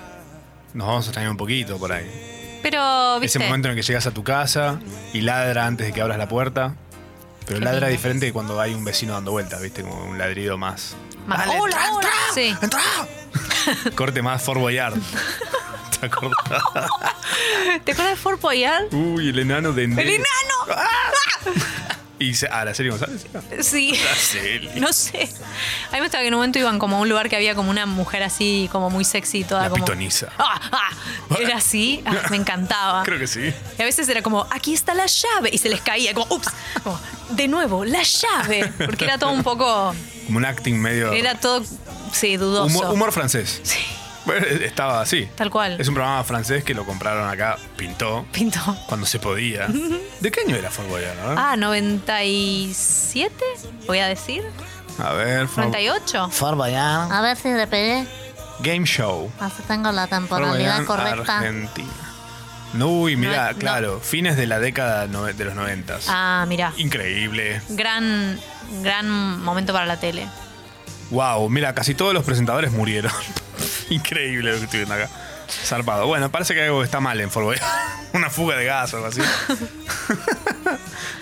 D: nos vamos a extrañar un poquito por ahí.
B: Pero,
D: Ese
B: Oh, viste,
D: momento en el que llegas a tu casa y ladra antes de que abras la puerta. Pero
B: Qué
D: ladra
B: lindo.
D: diferente que cuando hay un vecino dando vueltas, ¿viste? Como un ladrido más.
B: más- ¡Hola, hola! Sí.
D: Corte más Fort Boyard. ¿Te acordás?
B: ¿Te acuerdas de Fort Boyard?
D: Uy, el enano de
B: ¡El
D: Ned.
B: enano!
D: Y se, Araceli González.
B: Sí.
D: Araceli.
B: No sé. A mí me gustaba que en un momento iban como a un lugar que había como una mujer así, como muy sexy, toda
D: La
B: como.
D: pitoniza.
B: ¡Ah! ah! Era así. Ah, me encantaba.
D: Creo que sí.
B: Y a veces era como, aquí está la llave. Y se les caía, como, ups. Como, de nuevo, la llave. Porque era todo un poco.
D: Como un acting medio.
B: Era todo, sí, dudoso.
D: humor, humor francés. Sí. Estaba así.
B: Tal cual.
D: Es un programa francés que lo compraron acá, pintó,
B: Pintó.
D: cuando se podía. ¿De qué año era Fort Boyard? no?
B: Ah, 97, voy a decir.
D: A ver, Fort-
B: 98.
L: Fort
B: Ah.
L: Boyard.
F: A ver si le pegué.
D: Game Show.
F: Así tengo la
D: Fort
F: temporalidad
D: Boyard,
F: correcta.
D: Argentina. No, uy, mira,
B: No, no.
D: claro, fines de la década nove- de los noventas.
B: Ah, mira.
D: Increíble.
B: Gran, gran momento para la tele.
D: Wow, mira, casi todos los presentadores murieron. Increíble lo que estoy viendo acá. Zarpado. Bueno, parece que algo está mal en Fort Boyard. Una fuga de gas o algo así.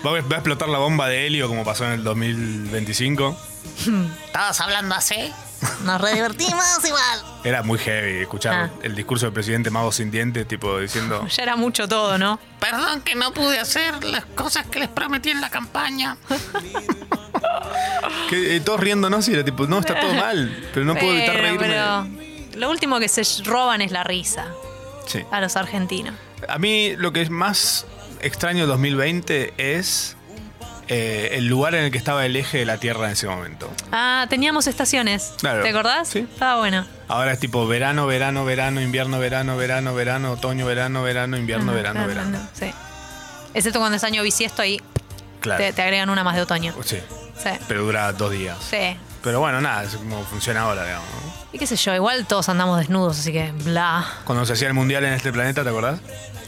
D: va, a, va a explotar la bomba de helio como pasó en el 2025.
B: Hmm.
L: ¿Estabas hablando así?
F: Nos re divertimos igual.
D: Era muy heavy escuchar el discurso del presidente Mago sin dientes, tipo diciendo.
B: Ya era mucho todo, ¿no?
L: Perdón que no pude hacer las cosas que les prometí en la campaña.
D: que, eh, todos riéndonos y era tipo, no, está todo mal, pero no puedo evitar
B: Pero,
D: reírme.
B: pero lo último que se roban es la risa
D: Sí.
B: a los argentinos.
D: A mí lo que es más extraño del 2020 es eh, el lugar en el que estaba el eje de la Tierra en ese momento.
B: Ah, teníamos estaciones.
D: Claro.
B: ¿Te acordás?
D: Sí.
B: Estaba bueno.
D: Ahora es tipo verano, verano, verano, invierno, verano, verano, verano, otoño, verano, verano, invierno,
B: Ajá,
D: verano,
B: Ah, claro,
D: verano.
B: no, Sí. Excepto cuando es año bisiesto ahí
D: Claro. Oh,
B: te, te agregan una más de otoño.
D: Sí,
B: Sí.
D: pero dura dos días.
B: Sí.
D: Pero bueno, nada, es como funciona ahora, digamos. ¿no?
B: Y qué sé yo, igual todos andamos desnudos, así que bla.
D: Cuando se hacía el mundial en este planeta, ¿te acordás?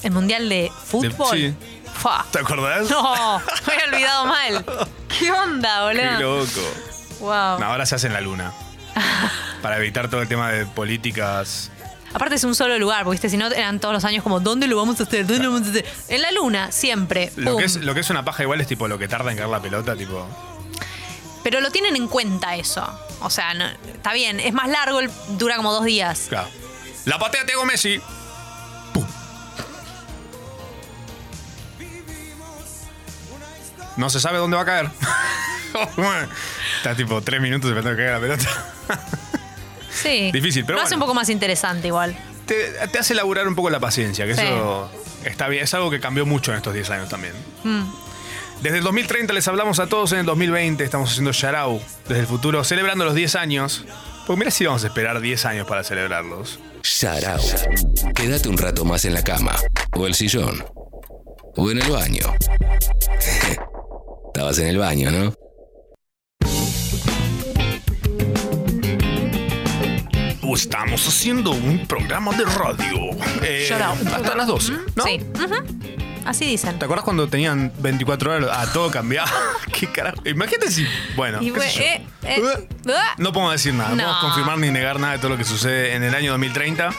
B: El mundial de fútbol.
D: Sí.
B: Fua.
D: ¿Te acordás?
B: No, me había olvidado mal. ¿Qué onda,
D: Qué
B: boludo?
D: loco.
B: Wow.
D: No, ahora se hace en la luna. Para evitar todo el tema de políticas.
B: Aparte es un solo lugar, porque viste, si no eran todos los años como, ¿dónde lo vamos a hacer? ¿Dónde lo vamos a hacer? En la luna, siempre.
D: Lo
B: pum.
D: que, es, lo que es una paja igual es tipo lo que tarda en caer la pelota, tipo.
B: Pero lo tienen en cuenta eso. O sea, no- está bien, es más largo, el- dura como dos días.
D: Claro. La patea Tego Messi. Pum. No se sabe dónde va a caer. Está tipo tres minutos esperando que caiga la pelota.
B: Sí.
D: Difícil, pero
B: Lo hace un
D: bueno.
B: poco más interesante igual.
D: Te, te hace laburar un poco la paciencia, que
B: Sí.
D: eso está bien. Es algo que cambió mucho en estos 10 años también.
B: Mm.
D: Desde el 2030 les hablamos a todos en el 2020. Estamos haciendo Yarau desde el futuro, celebrando los 10 años. Porque mira si vamos a esperar 10 años para celebrarlos.
E: Sharao. Quédate un rato más en la cama, o el sillón, o en el baño. Estabas en el baño, ¿no?
D: Estamos haciendo un programa de radio. Eh,
B: Yarau.
D: Hasta las 12. ¿no?
B: Sí. Ujú. Así dicen.
D: ¿Te acuerdas cuando tenían 24 horas? Ah, todo cambiaba. ¿Qué carajo? Imagínate si. Bueno,
B: Y
D: qué sé
B: fue-
D: yo. Uh,
B: eh, eh, ah.
D: No podemos decir nada, no.
B: No.
D: podemos confirmar ni negar nada de todo lo que sucede en el año 2030.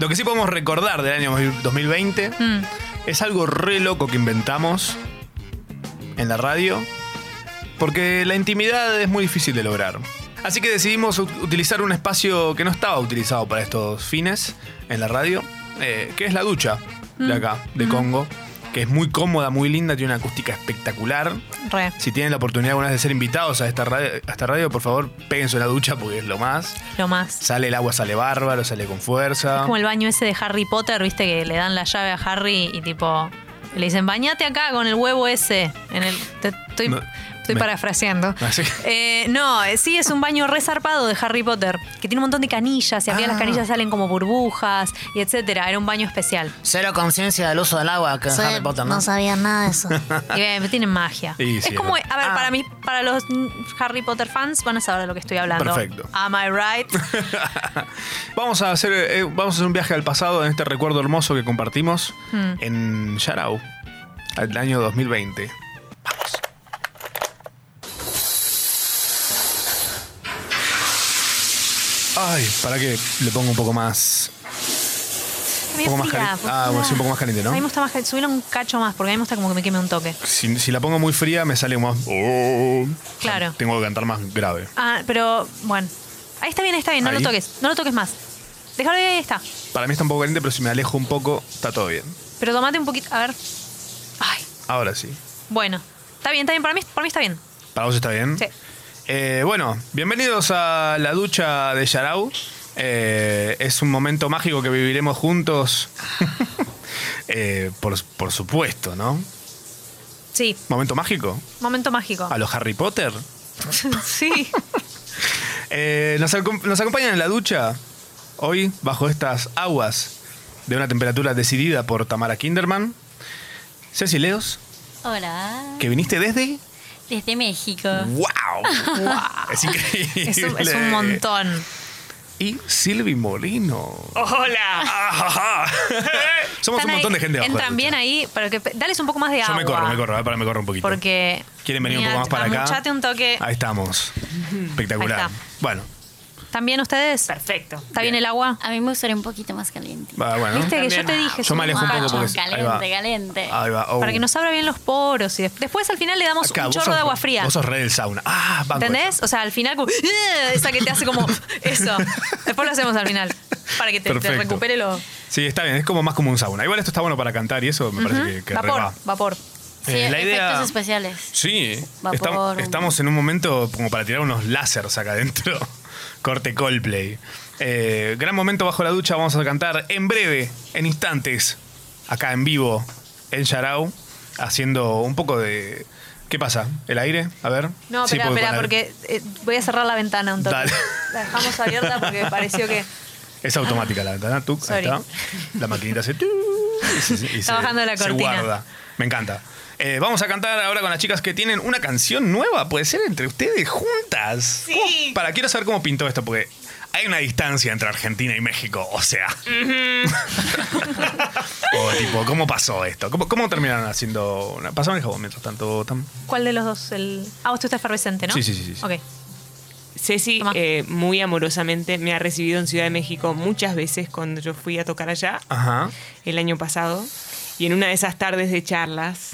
D: Lo que sí podemos recordar del año 2020
B: Mm.
D: es algo re loco que inventamos en la radio, porque la intimidad es muy difícil de lograr. Así que decidimos ut- utilizar un espacio que no estaba utilizado para estos fines en la radio, eh, que es la ducha de acá, de Congo, que es muy cómoda, muy linda, tiene una acústica espectacular.
B: Re.
D: Si tienen la oportunidad alguna vez de ser invitados a esta radio, a esta radio por favor, péguense una ducha porque es lo más.
B: Lo más.
D: Sale el agua, sale bárbaro, sale con fuerza.
B: Como el baño ese de Harry Potter, viste, que le dan la llave a Harry y tipo. Le dicen, bañate acá con el huevo ese. En el, te- estoy
D: No,
B: estoy
D: me- Ah.
B: parafraseando.
D: Así.
B: Eh, no, eh, sí, es un baño resarpado de Harry Potter, que tiene un montón de canillas y a mí
F: Ah.
B: las canillas salen como burbujas y etcétera. Era un baño especial.
L: Cero conciencia del uso del agua que en
F: Sí,
L: Harry Potter, ¿no?
F: no sabía nada de eso. Ah.
B: Y eh, tienen magia.
L: Y
B: es
L: sí,
B: como, a ver,
L: es
B: para mí, para los Harry Potter fans van a saber de lo que estoy hablando.
D: Perfecto.
B: Am I right?
D: Vamos a hacer eh, vamos a hacer un viaje al pasado en este recuerdo hermoso que compartimos
B: Mm.
D: en Yarau, al año 2020. Vamos. Ay, para que le pongo un poco más.
B: Medio
D: poco más
B: fría,
D: cali-
B: fue
D: Ah, bueno,
B: fría.
D: sí, un poco más caliente, ¿no?
B: A mí me gusta más, subir un cacho más, porque a mí me gusta como que me queme un toque.
D: Si, si la pongo muy fría, me sale más. Oh.
B: Claro.
D: Tengo que cantar más grave.
B: Ah, pero bueno. Ahí está bien, ahí está bien, no
D: Ahí.
B: lo toques, no lo toques más. Déjalo ahí, ahí está.
D: Para mí está un poco caliente, pero si me alejo un poco, está todo bien.
B: Pero tomate un poquito, a ver.
D: Ahora sí.
B: Bueno, está bien, está bien, para mí, para mí está bien.
D: ¿Para vos está bien?
B: Sí.
D: Eh, bueno, bienvenidos a la ducha de Yarau. Eh, es un momento mágico que viviremos juntos. Eh, por, por supuesto, ¿no?
B: Sí,
D: Momento mágico.
B: momento mágico.
D: A los Harry Potter.
B: sí.
D: Eh, nos, acom- nos acompañan en la ducha hoy bajo estas aguas de una temperatura decidida por Tamara Kinderman. Ceci Leos,
R: Hola,
D: que viniste desde...
R: desde México.
D: ¡Wow! Es increíble.
R: Es un- es un montón.
D: Y Silvi Molino.
B: ¡Hola!
D: Somos un montón de gente abajo de la
B: Entran bien ahí, pero que dales un poco más de
D: Yo
B: agua.
D: me corro, me corro, eh, para me corro un poquito.
B: Porque.
D: ¿Quieren venir un
B: Mira,
D: poco más para acá?
B: amuchate un toque.
D: Ahí estamos. Espectacular.
B: Ahí está.
D: Bueno,
B: ¿También ustedes?
R: Perfecto.
B: ¿Está bien el agua?
R: A mí me gustaría un poquito más caliente.
D: Va, bueno.
B: Viste que yo te dije,
D: Yo me alejo un poco porque. ahí va.
R: Caliente, caliente.
D: Ahí va. oh.
B: Para que nos abra bien los poros. Y des- después al final le damos
D: Acá,
B: un
D: vos
B: chorro
D: sos-
B: de agua fría.
D: Vos sos re del sauna. Ah, banco
B: ¿Entendés? O sea, al final, como, "Ugh", esa que te hace como eso. Después lo hacemos al final. Para que te, te
D: Perfecto.
B: recupere lo.
D: eso. Sí, está bien, es como más como un sauna. Igual esto está bueno para cantar y eso me parece
B: Ujú.
D: que, que re
B: vapor,
D: va.
B: vapor.
D: Eh, la idea.
R: Efectos especiales.
D: Sí,
R: Vapor,
D: estamos,
R: un-
D: estamos en un momento como para tirar unos láseres acá adentro. Corte Coldplay. Eh, gran momento bajo la ducha, vamos a cantar en breve, en instantes, acá en vivo, en Yarau, haciendo un poco de. ¿Qué pasa? ¿El aire? A ver.
B: No,
D: Sí,
B: espera,
D: puedo
B: espera,
D: poner.
B: porque eh, voy a cerrar la ventana un toque.
D: Dale.
B: La dejamos abierta porque pareció que.
D: Es automática la ventana, tú,
B: Sorry.
D: está. La maquinita hace tú, y se, y
B: Está
D: se-
B: bajando la
D: se
B: cortina.
D: guarda. Me encanta. Eh, vamos a cantar ahora con las chicas que tienen una canción nueva, puede ser entre ustedes juntas. ¿Cómo? Para quiero saber cómo pintó esto, porque hay una distancia entre Argentina y México, o sea, o tipo, ¿cómo pasó esto? ¿Cómo, cómo terminaron haciendo una... Pasaron el jabón mientras tanto... tam-
B: ¿Cuál de los dos? El... Ah, usted está efervescente, ¿no?
D: Sí, sí, sí, sí, sí.
B: Ok.
Q: Ceci eh, muy amorosamente me ha recibido en Ciudad de México muchas veces cuando yo fui a tocar allá
D: Ajá.
Q: el año pasado. Y en una de esas tardes de charlas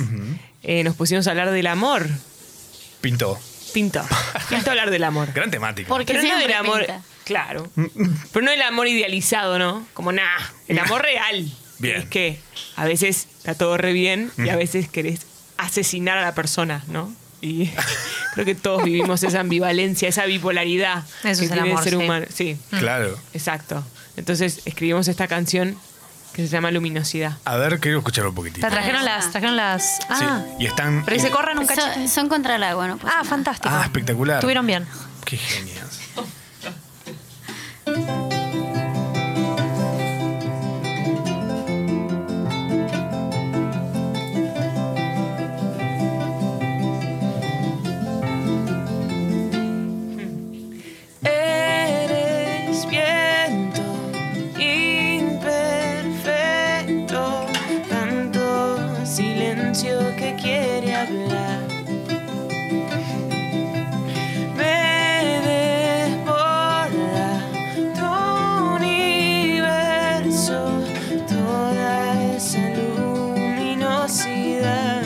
Q: eh, nos pusimos a hablar del amor.
D: Pintó.
Q: Pintó. Pintó hablar del amor.
D: Gran temática.
Q: Porque Pero no del amor. Claro. Pero no el amor idealizado, ¿no? Como nada. El amor real.
D: Bien.
Q: Es que a veces está todo re bien y a veces querés asesinar a la persona, ¿no? Y creo que todos vivimos esa ambivalencia, esa bipolaridad
B: Eso
Q: que
B: es el
Q: tiene
B: amor,
Q: ser
B: sí.
Q: humano. Sí.
B: Mm.
D: Claro.
Q: Exacto. Entonces escribimos esta canción que se llama Luminosidad.
D: A ver, quiero escuchar un poquitito.
B: Te trajeron las. Trajeron las.
D: Sí,
B: Ah.
D: y están...
B: Pero dice, corran un
R: Son-
B: cachete. Son, contra el agua, ¿no? ah, fantástico.
D: Ah, espectacular.
B: Estuvieron bien.
D: Qué genias.
Q: Eres viento imperfecto, tanto silencio que quiere hablar. Me desborda tu universo, toda esa luminosidad.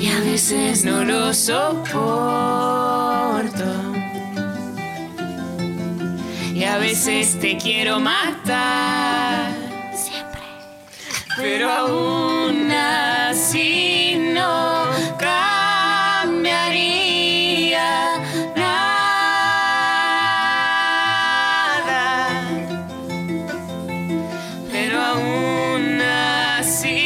S: Y a veces
Q: no lo soporto. Y a veces te quiero matar. Siempre. Pero aún así no cambiaría nada. Pero aún así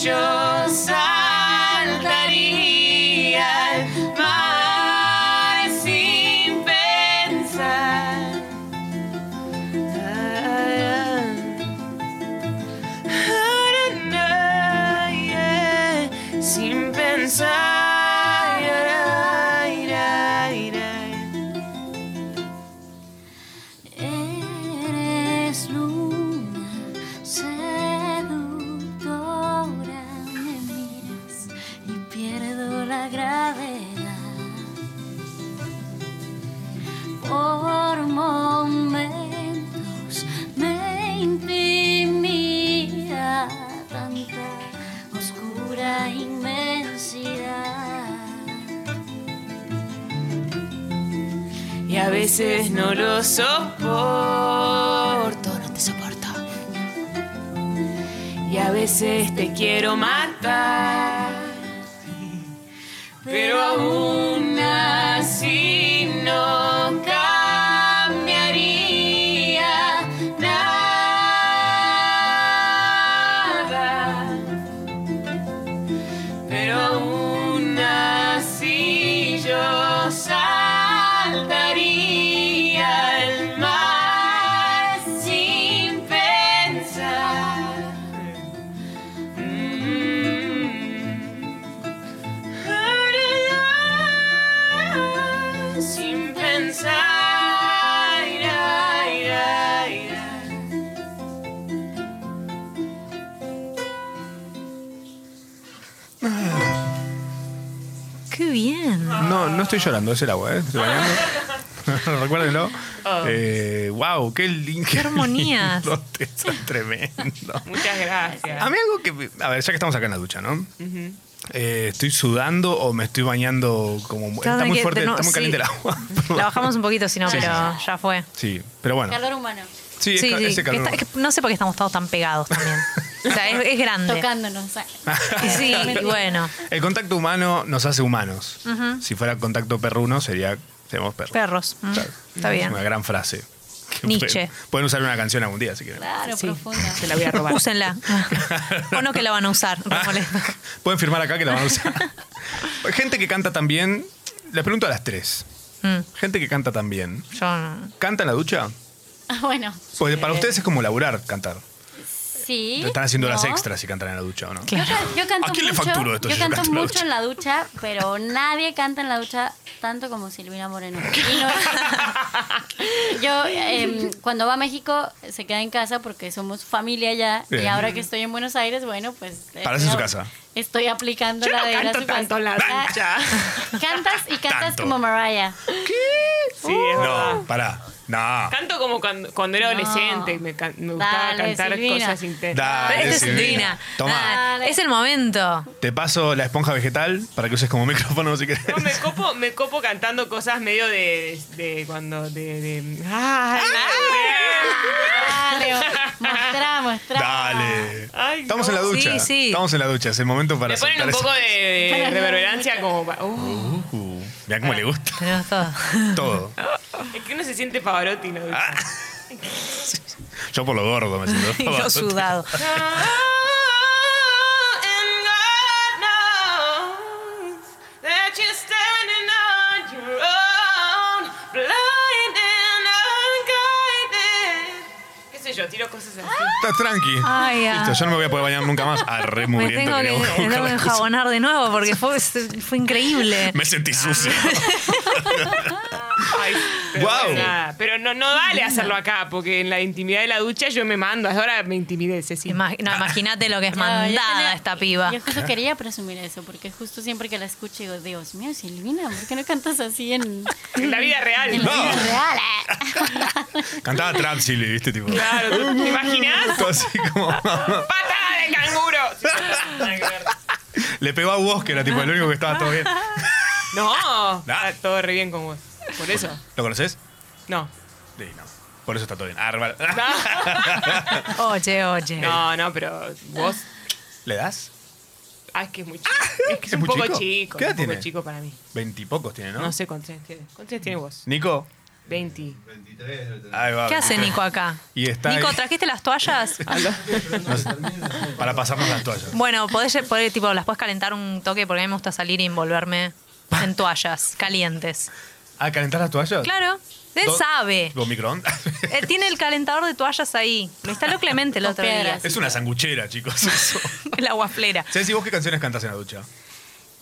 Q: yo saltaría al mar sin pensar. Ah, Sin pensar.
O: Eres luna seductora, me miras y pierdo la gravedad. Por momentos me intimida tanta oscura inmensidad.
Q: y a veces no lo soporto, no te soporto. Y a veces te quiero matar, pero aún así no cambiaría nada. Pero aún así yo saltaría al mar sin pensar. Mm. Sin pensar. Ay, ay, ay.
B: Qué bien.
D: No, no estoy llorando, es el agua, ¿eh? Estoy bañando. Recuérdenlo. Eh, wow, qué lindo.
B: Oh. Qué armonía.
D: lindo, Eso es tremendo.
T: Muchas gracias.
D: A mí algo que. A ver, ya que estamos acá en la ducha, ¿no? Eh, ¿Estoy sudando o me estoy bañando como. Está
B: Saben
D: muy
B: que
D: fuerte,
B: de no-
D: está muy
B: sí.
D: caliente el agua.
B: La bajamos un poquito, si no,
D: Sí,
B: pero
D: sí,
B: ya fue.
D: Sí, pero bueno.
R: Calor humano.
D: Sí, es ca-
B: que
D: ese calor.
B: está- que no sé por qué estamos todos tan pegados también. O sea, es, es grande.
R: Tocándonos. o sea,
B: Y Sí, y bueno. Mm.
D: El contacto humano nos hace humanos.
B: Ujú.
D: Si fuera contacto perruno, sería. Seríamos perros.
B: Perros. mm, Está bien.
D: Una gran frase. Que
B: Nietzsche.
D: Pueden, pueden usar una canción algún día si quieren.
R: Claro, profunda.
T: Se la voy a robar.
B: Úsenla. o no que la van a usar. no molesta.
D: Pueden firmar acá que la van a usar. Gente que canta también. Les pregunto a las tres.
B: Mm,
D: Gente que canta también.
B: yo no.
D: ¿Canta en la ducha?
R: Ah, bueno. Eh,
D: Porque Pues, para ustedes es como laburar cantar.
R: Sí.
D: Están haciendo las
R: no.
D: extras si cantan en la ducha o no.
R: Yo, ca- yo canto
D: ¿A quién le
R: mucho-
D: facturo esto
R: Yo
D: si yo
R: canto,
D: canto en la
R: mucho en la ducha, pero nadie canta en la ducha tanto como Silvina Moreno. Y no- yo, em, cuando va a México, se queda en casa porque somos familia ya. Y
D: Bien.
R: ahora que estoy en Buenos Aires, bueno, pues. eh,
D: Parás en su
R: no,
D: casa.
R: Estoy aplicando
T: Yo
R: la
T: no
R: de ir a
T: canto
R: su casa.
T: tanto en la
R: Ah,
T: ducha.
R: Cantas y cantas
D: Tanto.
R: como Mariah.
T: Sí, es verdad.
D: No, pará. No.
T: Canto como cuando, cuando era adolescente. Me, can- me gustaba
B: Dale,
T: cantar
B: Silvina.
T: cosas intensas.
D: Dale,
B: Pero esta es
D: Silvina.
B: Silvina.
D: Toma.
B: Ah, es el momento.
D: Te paso la esponja vegetal para que uses como micrófono si querés.
T: No, me copo, me copo cantando cosas medio de, de cuando de, de-
B: Ah,
T: ay,
R: Dale, mostrá, mostrá.
D: Dale.
T: Ay,
D: Estamos
T: no.
D: en la ducha.
T: Sí, sí.
D: Estamos en la ducha. Es el momento para
T: Le ponen un
D: soltar
T: poco de,
D: ese-
T: de reverberancia como pa- uh,
D: Uh, mirá cómo le gusta.
B: Tenemos todo.
D: Todo.
T: es que uno se siente Pavarotti en la ducha.
D: Ah, Yo por lo gordo me siento.
B: Y yo sudado.
T: Ah, Qué sé yo, tiro cosas así.
D: Estás tranqui.
B: Ay, ah.
D: Listo, yo no me voy a poder bañar nunca más. Arre
B: Me tengo
D: muriendo.
B: que,
D: quería
B: me
D: buscar
B: tengo que
D: la excusa.
B: enjabonar de nuevo porque fue, fue increíble.
D: Me sentí sucio.
T: Ay, pero
D: Guau.
T: bueno, nada. Pero no, no vale hacerlo acá, porque en la intimidad de la ducha yo me mando. Ahora me intimidé, Ceci.
D: Ah.
B: No, imagínate lo que es
R: No, yo
B: mandada
R: tenía-
B: Pues esta piba.
R: Yo justo quería presumir eso, porque justo siempre que la escucho digo, Dios mío, Silvina, ¿por qué no cantas así en,
T: En la vida real.
R: en la
D: No.
R: vida real? eh?"
D: Cantaba Trap Silly, ¿viste? Tipo.
T: Claro, ¿te imaginas?
D: Todo así como.
T: ¡Patada de canguro!
D: Le pegó a vos, que era tipo el único que estaba todo bien.
T: No, está todo re bien con vos. Por eso.
D: ¿Lo conoces?
T: No.
D: Sí, no. Por eso está todo bien. Ah, vale.
B: Oye, oye.
T: No, no, pero vos.
D: ¿Le das?
T: Ah, es que es muy chico. Es que es,
D: ¿Es
T: un
D: muy
T: poco
D: chico?
T: chico.
D: ¿Qué
T: es
D: edad
T: un poco
D: tiene?
T: chico para mí.
D: Veintipocos tiene, ¿no?
T: No, sé cuántos años tiene. ¿Cuántos años tiene vos?
D: Nico.
T: 20.
D: Ahí va,
B: ¿Qué hace
D: veintitrés.
B: Nico acá?
D: Y está
B: Nico,
D: ahí
B: ¿trajiste las toallas?
D: para pasarnos las toallas.
B: bueno, podés, lle- podés, tipo, las puedes calentar un toque porque a mí me gusta salir y envolverme en toallas calientes.
D: ¿A calentar Ah, las toallas?
B: Claro, él
D: Do-
B: sabe.
D: ¿Con microondas?
B: Él tiene el calentador de toallas ahí. Lo instaló Clemente el
R: Con
B: otro día.
R: piedras.
D: Es una sanguchera, chicos. Eso.
B: La guaflera.
D: Ceci, ¿vos qué canciones cantas en la ducha?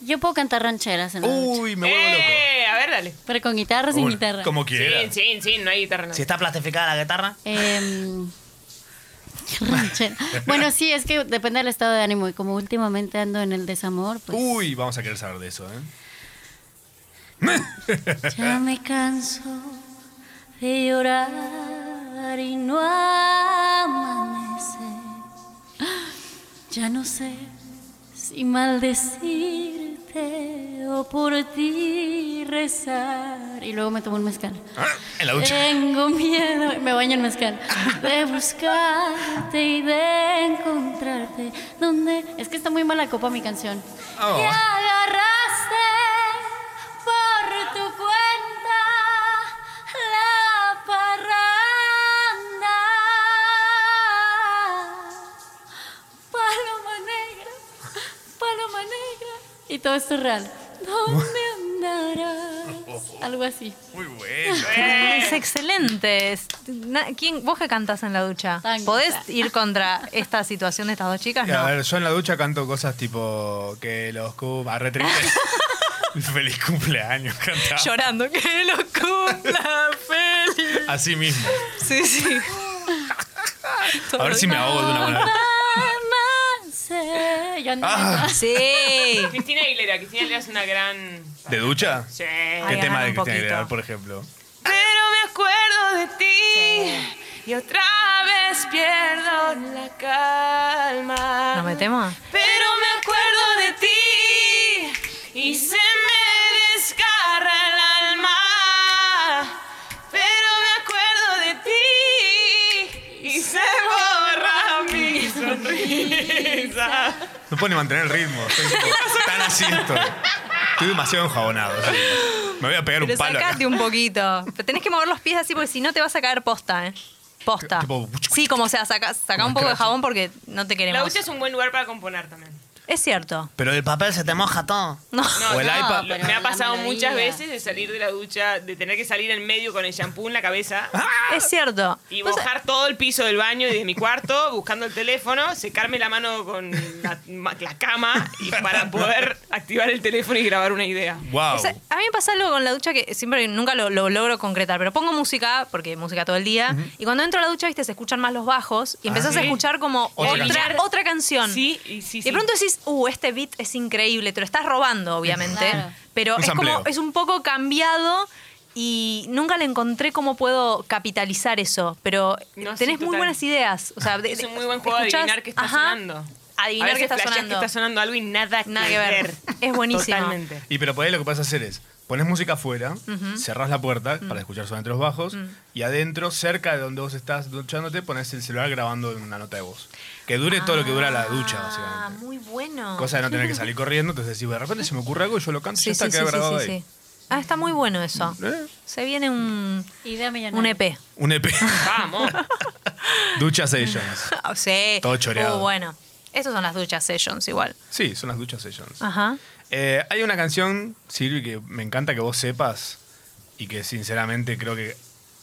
R: Yo puedo cantar rancheras en la ducha,
D: Uy, me vuelvo loco.
T: Eh, a ver, dale.
R: pero con guitarra o sin
D: Una,
R: guitarra.
D: Como quieras.
T: Sí, sí, sí, no hay guitarra. No.
L: está plastificada la guitarra?
R: Em, ranchera. bueno, sí, es que depende del estado de ánimo y como últimamente ando en el desamor, pues
D: Uy, vamos a querer saber de eso, ¿eh? Ah.
O: Ya me canso de llorar y no amanece. Ya no sé si maldecirte o por ti rezar.
R: y luego me tomo un mezcal.
D: En la ducha.
R: Tengo miedo, me baño en mezcal, de buscarte y de encontrarte. ¿Dónde? Es que está muy mala copa mi canción.
D: Oh.
O: Te agarraste por tu cuenta la parranda.
R: Paloma negra, paloma negra. Y todo esto es real. ¿Dónde andarás? Algo así.
D: Muy bueno.
B: Es excelente. Es- na- ¿Quién, ¿Vos qué cantás en la ducha?
R: Tango.
B: ¿Podés ir contra esta situación de estas dos chicas?
D: A
B: No.
D: ver, yo en la ducha canto cosas tipo que los cubas retristes. Feliz cumpleaños, cantaba.
B: Llorando. Que lo cumpla feliz.
D: Así mismo.
B: Sí, sí.
D: A ver si me ahogo de una buena vez.
O: Amanece.
R: y yo ando
A: Ah.
B: Sí.
T: Cristina Aguilera. Cristina Aguilera es una gran.
D: ¿De ducha?
T: Sí.
D: ¿Qué tema de Cristina Aguilera, por ejemplo?
T: Pero me acuerdo de ti y otra vez pierdo la calma.
B: ¿Nos metemos?
T: Pero me acuerdo de ti y se me desgarra el alma. Pero me acuerdo de ti y se borra mi sonrisa.
D: No puedo ni mantener el ritmo. Estoy como- tan así estoy. Estoy demasiado enjabonado. sí. Me voy a pegar
B: Pero
D: un palo. acá.
B: sacate un poquito. Pero tenés que mover los pies así porque si no te vas a caer posta, ¿eh? Posta.
D: Tipo,
B: Sí, como sea, saca, saca un poco de jabón porque no te
T: La
B: queremos.
T: ducha es un buen lugar para componer también.
B: Es cierto.
A: Pero el papel se te moja todo.
B: No.
T: No,
A: o el
T: no,
Q: Ah,
A: iPad.
T: lo- me ha pasado
B: melodía.
T: muchas veces de salir de la ducha, de tener que salir en medio con el shampoo en la cabeza.
Q: Ah.
B: Es cierto.
T: Y mojar todo el piso del baño y de mi cuarto, buscando el teléfono, secarme la mano con la, ma- la cama y para poder activar el teléfono y grabar una idea.
D: Wow.
B: Esa- a mí me pasa algo con la ducha que siempre nunca lo, lo logro concretar, pero pongo música, porque música todo el día, y cuando entro a la ducha, viste, se escuchan más los bajos y
T: Ah,
B: empezás a
T: sí.
B: escuchar como
T: Otra
B: otra,
T: canción.
B: otra canción.
T: Sí, y sí,
B: Y
T: sí.
B: de pronto decís, uh, este beat es increíble, te lo estás robando, obviamente.
T: Claro.
B: Pero
T: Un
B: es como,
T: sampleo.
B: es un poco cambiado y nunca le encontré cómo puedo capitalizar eso. Pero
T: No, sí,
B: tenés muy
T: total.
B: buenas ideas. O sea, de-
T: es
B: de-
T: un muy buen juego de
B: escuchás,
T: adivinar qué está
B: ajá,
T: sonando.
B: Adivinar
T: A veces
B: qué está
T: flasheás
B: sonando.
T: que está sonando algo y nada,
B: Nada que ver. Es buenísimo.
T: Totalmente.
D: Y pero por ahí lo que puedes hacer es, pones música afuera,
B: Ujú.
D: cerrás la puerta para escuchar solamente los bajos, y adentro, cerca de donde vos estás duchándote, pones el celular grabando en una nota de voz. Que dure todo lo que dura la ducha, básicamente.
B: Ah, muy bueno.
D: Cosa de no tener que salir corriendo, entonces si de repente se me ocurre algo y yo lo canto, y
B: Sí,
D: ya está,
B: sí,
D: queda
B: sí, sí,
D: grabado
B: sí,
D: ahí.
B: sí. Ah, está muy bueno eso.
D: ¿Eh?
B: Se viene un, E
R: Idea millonaria.
B: un EP.
D: Un EP.
T: Vamos.
D: Ducha Sessions.
B: Ah, sí.
D: Todo choreado.
B: Uh, bueno. Estas son las duchas sessions igual.
D: Sí, son las Ducha Sessions.
B: Ajá.
D: Eh, hay una canción, Silvi, que me encanta que vos sepas y que sinceramente creo que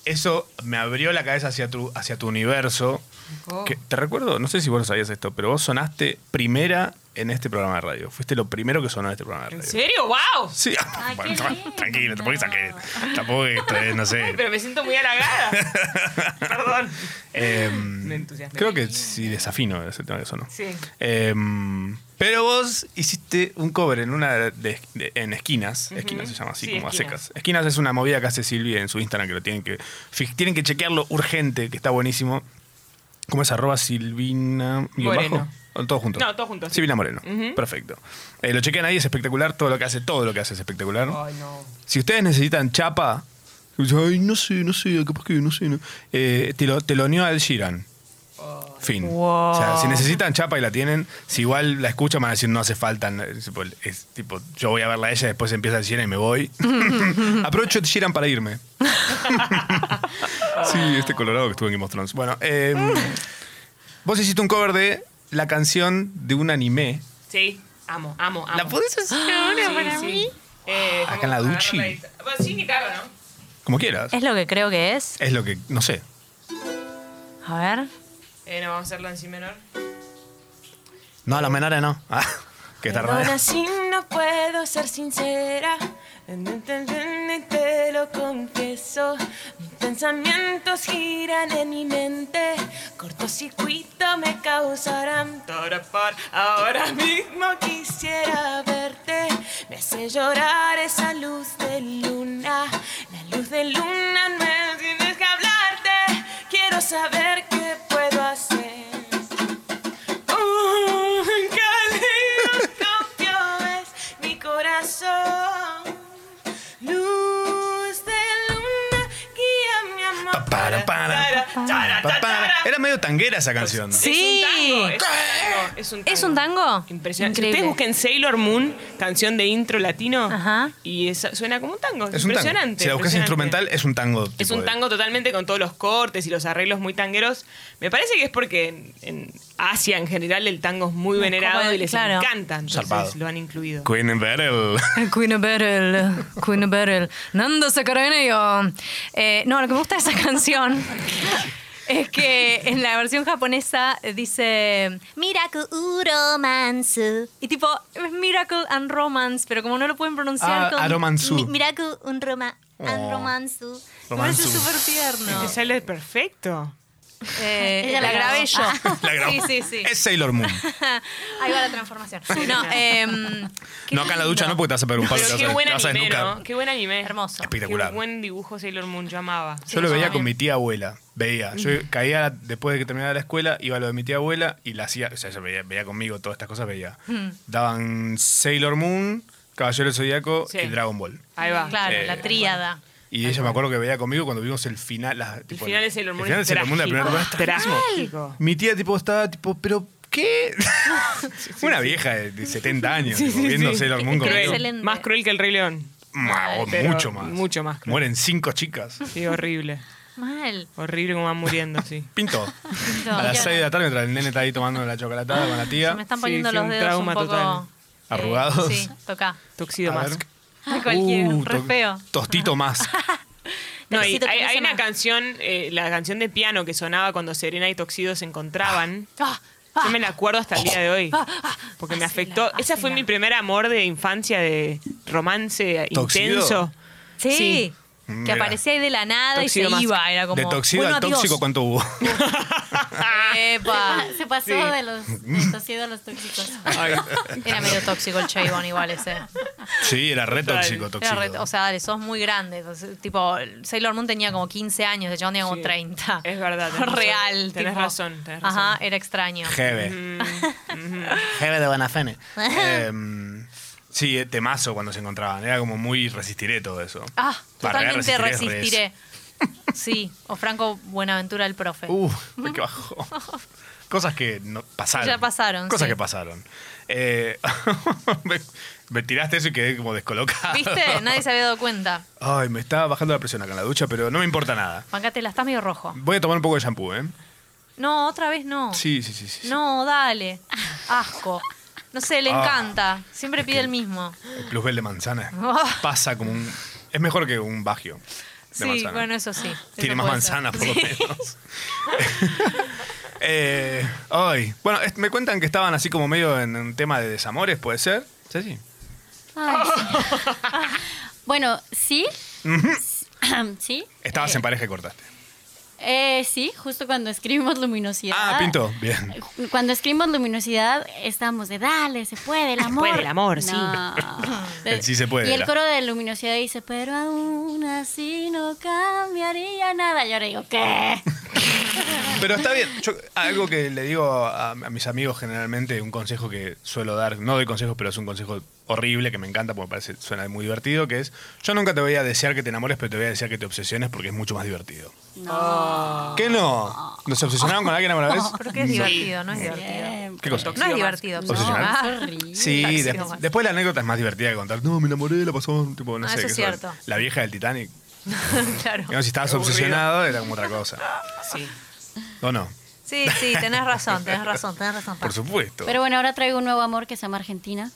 D: eso me abrió la cabeza hacia tu, hacia tu universo.
T: Oh.
D: Que- te recuerdo, no sé si vos lo sabías esto, pero vos sonaste primera en este programa de radio. Fuiste lo primero que sonó en este programa de
T: ¿En
D: radio.
T: serio? ¡Wow!
D: Sí, bueno,
T: qué
D: tra- tranquilo, tampoco es que, tampoco es que esto es, no sé.
T: Pero me siento muy halagada. Perdón.
D: Eh,
T: entusiasmé.
D: creo que sí, desafino es el tema que sonó.
T: Sí.
D: Em, pero vos hiciste un cover en una de- de- en esquinas,
T: Ujú.
D: esquinas se llama así,
T: Sí,
D: como
T: Esquinas.
D: a secas. Esquinas es una movida que hace Silvia en su Instagram que lo tienen que fi- tienen que chequearlo urgente, que está buenísimo. ¿Cómo es arroba Silvina guión
T: Moreno.
D: bajo? ¿O Todo junto.
T: No, todo junto, sí.
D: Silvina Moreno.
T: Ujú.
D: Perfecto. Eh, lo chequean ahí, es espectacular todo lo que hace, todo lo que hace es espectacular.
T: Ay, no.
D: Si ustedes necesitan chapa, ay, no sé, no sé, capaz que no sé. No. Eh, te lo, te lo unió Al Sheeran. Fin.
B: Wow.
D: O sea, si necesitan chapa y la tienen, si igual la escuchan van a decir no hace falta. no, Es tipo, es tipo, yo voy a verla a ella, después empieza el Sheeran y me voy. Aprovecho el Sheeran para irme. sí, este colorado que estuvo en Game of Thrones. Bueno, eh, vos hiciste un cover de la canción de un anime.
T: Sí, amo, amo, amo.
D: ¿La podés hacer
B: Ah,
D: ahora para mí?
T: Eh,
D: Acá
T: ¿cómo?
D: en la
T: Agarra
D: duchi.
T: guitarra. Bueno, sí, guitarra, ¿no?
D: Como quieras.
B: Es lo que creo que es.
D: Es lo que, no sé.
B: A ver.
T: Eh, no, vamos a hacerlo en si menor.
D: No, los menores no. Ah, que está raro.
T: si no puedo ser sincera. Te lo confieso. Mis pensamientos giran en mi mente. Cortocircuito me causarán torpor. Ahora mismo quisiera verte. Me hace llorar esa luz de luna. La luz de luna me tienes que hablarte. Quiero saber qué puedo hacer. Un caleidoscopio es mi corazón. Luz de luna, guía mi amor.
D: Ah, Para, para.
T: Tara, tara,
D: Pa,
T: tara.
D: para. Era medio tanguera esa canción.
B: Sí.
T: Es un tango.
B: ¿Es un tango?
T: Impresionante.
B: Increíble.
T: Ustedes busquen Sailor Moon, canción de intro latino, y esa- suena como un tango.
D: Es un tango.
T: impresionante.
D: Si la buscas
T: impresionante.
D: instrumental, es un tango.
T: Es
D: tipo
T: un
D: de-
T: tango totalmente con todos los cortes y los arreglos muy tangueros. Me parece que es porque en, en Asia en general el tango es muy
B: Es
T: venerado
B: como el-
T: y les
B: claro.
T: encanta. Entonces
D: Zarpado.
T: lo han incluido.
D: Queen and Battle.
B: Queen of Battle, Queen of Battle. Nando Sacarone Eh, no, lo que me gusta de esa canción es que en la versión japonesa dice Miracle u Romance. Y tipo, es Miracle and Romance, pero como no lo pueden pronunciar
D: Ah,
B: con.
D: aromansu.
B: Mi- Miracle un roma, and
D: Oh.
B: Romance. Me parece
D: Romansu.
B: súper tierno.
T: Te sale perfecto.
B: Eh,
R: Ella
B: la
R: la
B: grabé yo.
R: grabó. Ah.
D: La grabó.
B: Sí, sí, sí.
D: Es Sailor Moon.
B: Ahí va la transformación. No, em, qué
D: No, acá en la ducha
B: lindo.
D: no, porque te vas a pegar un palo.
B: Pero
D: te
B: qué
D: vas a-
B: buen
D: te vas a
B: anime,
D: desnucar.
B: ¿no?
T: Qué buen anime. Hermoso.
D: Espectacular.
T: Qué buen dibujo Sailor Moon, yo amaba.
D: Yo lo veía con mi tía abuela. Veía. Yo
T: Mm.
D: caía después de que terminaba la escuela, iba a lo de mi tía abuela y la hacía. O sea, ella veía, veía conmigo todas estas cosas, veía.
T: Mm.
D: Daban Sailor Moon, Caballero del Zodíaco
B: Sí.
D: y Dragon Ball.
T: Ahí va.
B: Claro,
D: Eh,
B: la tríada.
D: Y ella me acuerdo que veía conmigo cuando vimos el final. la- tipo,
T: final de Sailor
D: El
T: Moon
D: final de
T: es
D: Sailor Moon de la primera
T: trágico.
D: temporada está
T: Trágico.
D: buenísimo. Mi tía, tipo, estaba, tipo, pero. ¿Qué? Una vieja de, de 70 años, tipo, viendo Sailor Moon
T: Cruel.
D: conmigo.
T: Más cruel que el Rey León.
D: Ma- oh,
T: Pero
D: mucho más.
T: Mucho más.
D: Mueren cinco chicas.
T: Sí, horrible.
B: Mal.
T: Horrible como van muriendo, sí.
D: Pinto. A las 6 de la tarde, mientras el nene está ahí tomando la chocolatada con la tía.
B: Se me están
T: Sí,
B: poniendo
T: sí,
B: los
T: un
B: dedos
T: trauma
B: un poco. eh,
T: total.
D: Arrugados.
B: Sí, toca.
T: Tuxedo
D: A
T: Mask.
B: Ay, cualquiera,
D: Uh,
B: re
D: to-
B: feo.
D: Tostito más.
T: No, y
B: Necesito que
T: hay,
B: me
T: hay
B: suene.
T: una canción, eh, la canción de piano que sonaba cuando Serena y Toxido se encontraban.
B: Ah.
T: Yo me la acuerdo hasta el día de hoy. Porque me afectó. Ese fue mi primer amor de infancia, de romance
D: ¿Tóxido?
T: intenso.
B: Sí.
T: Sí.
B: Que
D: Mira.
B: aparecía ahí de la nada y
T: Tóxido
B: se
T: más.
B: iba. Ah, Era como.
D: de toxido
B: bueno,
D: al
B: adiós.
D: tóxico, ¿cuánto hubo?
B: Epa.
R: Ah. Se pasó
B: Sí.
R: de los de tosido a los tóxicos.
B: Era medio tóxico el Chabón igual ese.
D: Sí, era re tóxico,
B: Era
D: tóxico.
B: re- o sea, dale, sos muy grande. Entonces, tipo, Sailor Moon tenía como 15 años, el chabón tenía como 30. Es verdad.
T: tenés razón.
B: Real.
T: Tenés
B: tipo.
T: razón, tenés
B: Ajá, era extraño. Ah,
D: Jeve. Jeve de Bonafene. Em, sí, eh, temazo cuando se encontraban. Era como muy resistiré todo eso.
B: Ah,
D: Para cagar
B: totalmente
D: es re
B: resistiré. Sí, o Franco Buenaventura el profe.
D: Uh, qué bajo. Cosas que no, pasaron.
B: Ya pasaron,
D: Cosas
B: sí.
D: que pasaron. Eh, me, me tiraste eso y quedé como descolocado.
B: ¿Viste? Nadie se había dado cuenta.
D: Ay, me estaba bajando la presión acá en la ducha, pero no me importa nada.
B: Pancatela, estás medio rojo.
D: Voy a tomar un poco de shampoo, ¿eh?
B: No, otra vez no.
D: Sí, sí, sí. sí.
B: Oh. No, dale. Asco. No sé, le
D: Ah.
B: encanta. Siempre pide el mismo.
D: El plusbel de manzana
B: Ah.
D: pasa como un. Es mejor que un bagio. De
B: Sí,
D: manzana.
B: bueno, eso sí.
D: Tiene
B: Eso
D: más
B: puede ser.
D: manzana, por lo
B: Sí.
D: menos. Eh, ay. Bueno, es- me cuentan que estaban así como medio en un tema de desamores, ¿puede ser? Sí, sí.
R: Ay, sí. Ah, bueno, sí,
D: Ujú.
R: sí,
D: Estabas en pareja y cortaste.
R: eh, sí, justo cuando escribimos luminosidad.
D: Ah, Pinto, bien.
R: Cuando escribimos luminosidad, estábamos de dale, se puede, el amor.
T: puede el amor, sí.
R: No.
D: El sí se puede.
R: Y el
D: era.
R: coro de luminosidad dice, pero aún así no cambiaría nada. Yo ahora digo, ¿qué?
D: Pero está bien. Yo, algo que le digo a, a mis amigos generalmente, un consejo que suelo dar, no doy consejos, pero es un consejo horrible que me encanta porque me parece suena muy divertido, que es, yo nunca te voy a desear que te enamores, pero te voy a desear que te obsesiones porque es mucho más divertido.
R: No.
D: ¿Qué no? ¿Nos obsesionaron con alguien Ah, alguna vez?
B: Pero que es
D: No.
B: divertido, no es divertido.
D: ¿Qué cosa?
B: No es divertido.
D: Obsesionar.
B: obsesionar.
D: Sí, de-
B: Tóxico.
D: después la anécdota es más divertida que contar. No, me enamoré, la pasó, tipo, no
B: Ah,
D: sé.
B: eso es
D: qué sé yo,
B: cierto.
D: La vieja del Titanic.
B: claro.
D: Digamos, si estabas
B: Qué aburrido.
D: obsesionado, era como otra cosa.
T: Sí.
D: ¿O no?
B: Sí, sí, tenés razón, tenés razón, tenés razón.
D: Por supuesto.
R: Pero bueno, ahora traigo un nuevo amor que se llama Argentina.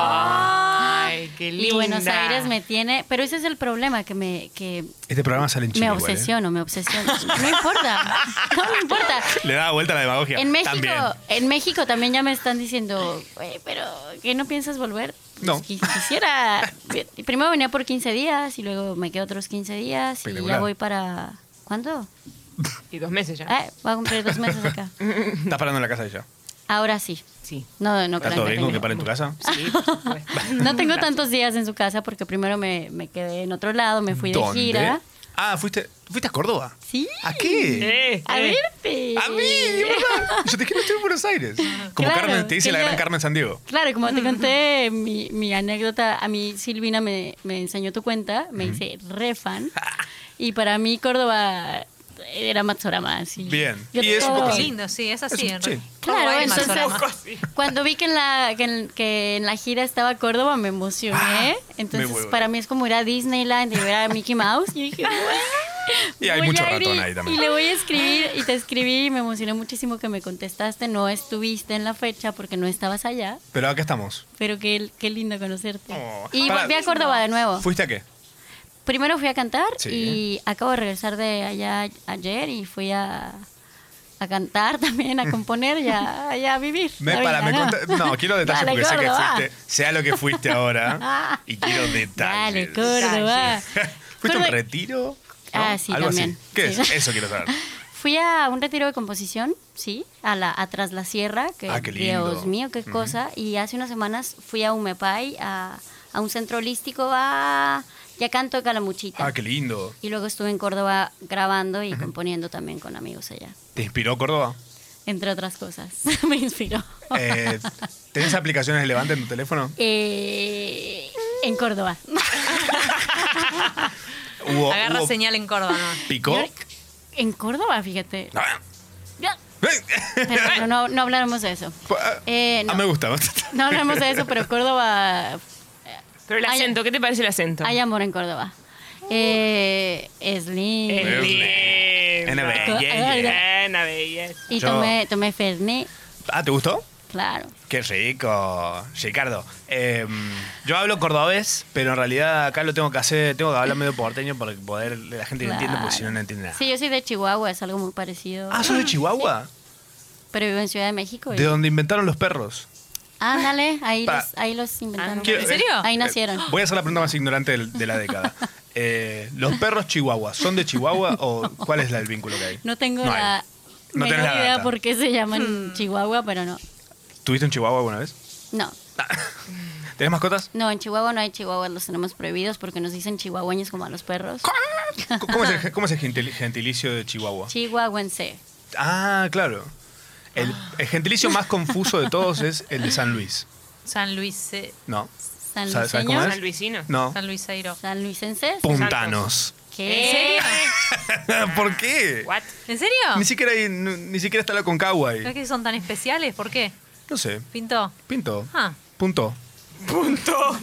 D: Oh.
T: Ay, qué
R: Y
T: linda.
R: Buenos Aires me tiene, pero ese es el problema que me que
D: Este programa sale en Chile.
R: me
D: igual, ¿eh?
R: obsesiono, me obsesiono. No importa, no me importa.
D: Le daba vuelta a la demagogia.
R: En México,
D: También.
R: en México también ya me están diciendo, "Güey, pero ¿qué no piensas volver? Pues
D: No.
R: Qui- Quisiera. Primero venía por 15 días y luego me quedo otros 15 días y
D: Espectacular.
R: ya voy para ¿cuándo?
T: Y dos meses ya.
R: Ah, va a cumplir dos meses acá.
D: ¿Estás parando en la casa de ella?
R: Ahora sí.
T: Sí.
R: No, no
D: ¿Está
R: crean
D: todo
R: que
D: bien con que
R: tengo-
D: pare en tu casa?
R: No tengo tantos días en su casa porque primero me, me quedé en otro lado, me fui
D: ¿Dónde?
R: de gira.
D: Ah, fuiste, fuiste a Córdoba.
R: Sí.
D: ¿A qué?
R: A verte.
D: A mí, es verdad. Yo te quiero estar en Buenos Aires. Como
R: Claro,
D: Carmen, te dice
R: que
D: la
R: yo-
D: gran Carmen San Diego.
R: Claro, como te conté mi, mi anécdota, a mí Silvina me, me enseñó tu cuenta, me hice re fan. Y para mí Córdoba era Matsorama, así.
D: Bien.
R: Yo
D: Y es un
R: todo-
D: poco
B: Qué
D: así.
B: lindo, sí, es así.
D: Es un-
B: en
D: sí.
B: realidad.
R: Claro,
B: Todo es
R: entonces-
B: Matsorama.
R: Cuando vi que en, la, que, en, que en la gira estaba Córdoba,
B: Ah,
R: me emocioné. Entonces,
D: vuelvo.
R: para mí es como ir a Disneyland y ver a Mickey Mouse. Y dije,
D: Y hay
R: Voy
D: mucho
R: a ir
D: ratón
R: y-
D: ahí también.
R: Y le voy a escribir y te escribí y me emocioné muchísimo que me contestaste. No estuviste en la fecha porque no estabas allá,
D: Pero acá estamos.
R: pero qué, qué lindo conocerte.
D: Oh,
R: y
D: pará.
R: volví a Córdoba de nuevo.
D: ¿Fuiste a qué?
R: Primero fui a cantar
D: Sí.
R: y acabo de regresar de allá ayer y fui a, a cantar también, a componer y a, y a vivir.
D: Me,
R: la
D: para,
R: vida,
D: me
R: ¿no?
D: conta- no, quiero detalles
R: Dale,
D: porque sé que
R: Córdoba.
D: fuiste. Sea lo que fuiste ahora. Y quiero
R: Dale,
D: detalles.
R: Córdoba.
D: ¿Fuiste a un
R: Córdoba-
D: retiro? ¿No?
R: Ah, sí,
D: Algo
R: también.
D: así. ¿Qué
R: Sí.
D: es? Eso quiero saber.
R: Fui a un retiro de composición, sí, a la a Tras la Sierra, que
A: Ah, qué lindo.
R: Dios mío, qué
A: Ujú.
R: cosa. Y hace unas semanas fui a Umepay, a, a un centro holístico, a Yacanto de Calamuchita.
D: Ah, qué lindo.
R: Y luego estuve en Córdoba grabando y componiendo también con amigos allá,
D: ¿Te inspiró Córdoba?
R: entre otras cosas. Me inspiró.
D: Eh, ¿Tenés aplicaciones relevantes en tu teléfono?
R: Eh, en Córdoba.
D: ¿Hubo,
B: Agarra
D: hubo-
B: señal en Córdoba. ¿no?
D: ¿Picó? Ah.
R: En Córdoba, fíjate. Pero no, no hablaremos de eso. Eh,
D: Ah,
R: no,
D: me gusta.
R: no hablamos de eso, pero Córdoba
T: Pero el acento, ¿qué te parece el acento?
R: Hay amor en Córdoba. Eh, es lindo.
T: Es lindo.
D: Una belleza.
T: Una belleza.
R: Y
D: Yo-
R: tomé, tomé Fernet,
D: Ah, ¿te gustó?
R: claro.
D: Qué rico, Ricardo. Eh, yo hablo cordobés, pero en realidad acá lo tengo que hacer, tengo que hablar medio porteño para que poder la gente lo entienda, porque si no, no entiende nada.
R: Sí, yo soy de Chihuahua, es algo muy parecido.
D: Ah, ¿sos de Chihuahua?
R: Pero vivo en Ciudad de México. y-
D: De donde inventaron los perros.
R: Ándale, ahí
D: Pa-
R: los, ahí los inventaron.
D: Quiero-
R: Ahí
D: eh,
R: nacieron.
D: eh, Voy a hacer la pregunta más ignorante del- de, la década. Eh, ¿Los perros chihuahuas son de Chihuahua o cuál es la- el vínculo que hay?
R: No tengo
D: No hay.
R: la
D: No tenés
R: menor
D: la
R: idea
D: data.
R: por qué se
B: Hmm.
R: llaman Chihuahua, pero no.
D: ¿Tuviste un chihuahua alguna vez?
R: No,
D: ¿Tenés mascotas?
R: no, en Chihuahua no hay Chihuahuas, los tenemos prohibidos porque nos dicen chihuahueños como a los perros.
D: C- ¿Cómo es el, ge- cómo es el gentil- gentilicio de Chihuahua?
R: Chihuahuense.
D: Ah, claro. El,
B: Ah.
D: el gentilicio más confuso de todos es el de San Luis.
B: San Luis. eh,
D: No.
R: San
D: ¿Sabes- sabes cómo es? San
R: Luisino.
D: No.
B: San Luiseiro.
R: San Luisenses.
D: Puntanos.
R: ¿Qué?
D: ¿Por qué?
B: ¿En serio?
D: Ni siquiera, hay- ni, ni siquiera está la Concagua
B: ¿Crees
D: ahí.
B: que son tan especiales? ¿Por qué?
D: No sé.
B: ¿Pinto?
D: Pinto.
B: Ah.
D: Punto.
T: Punto.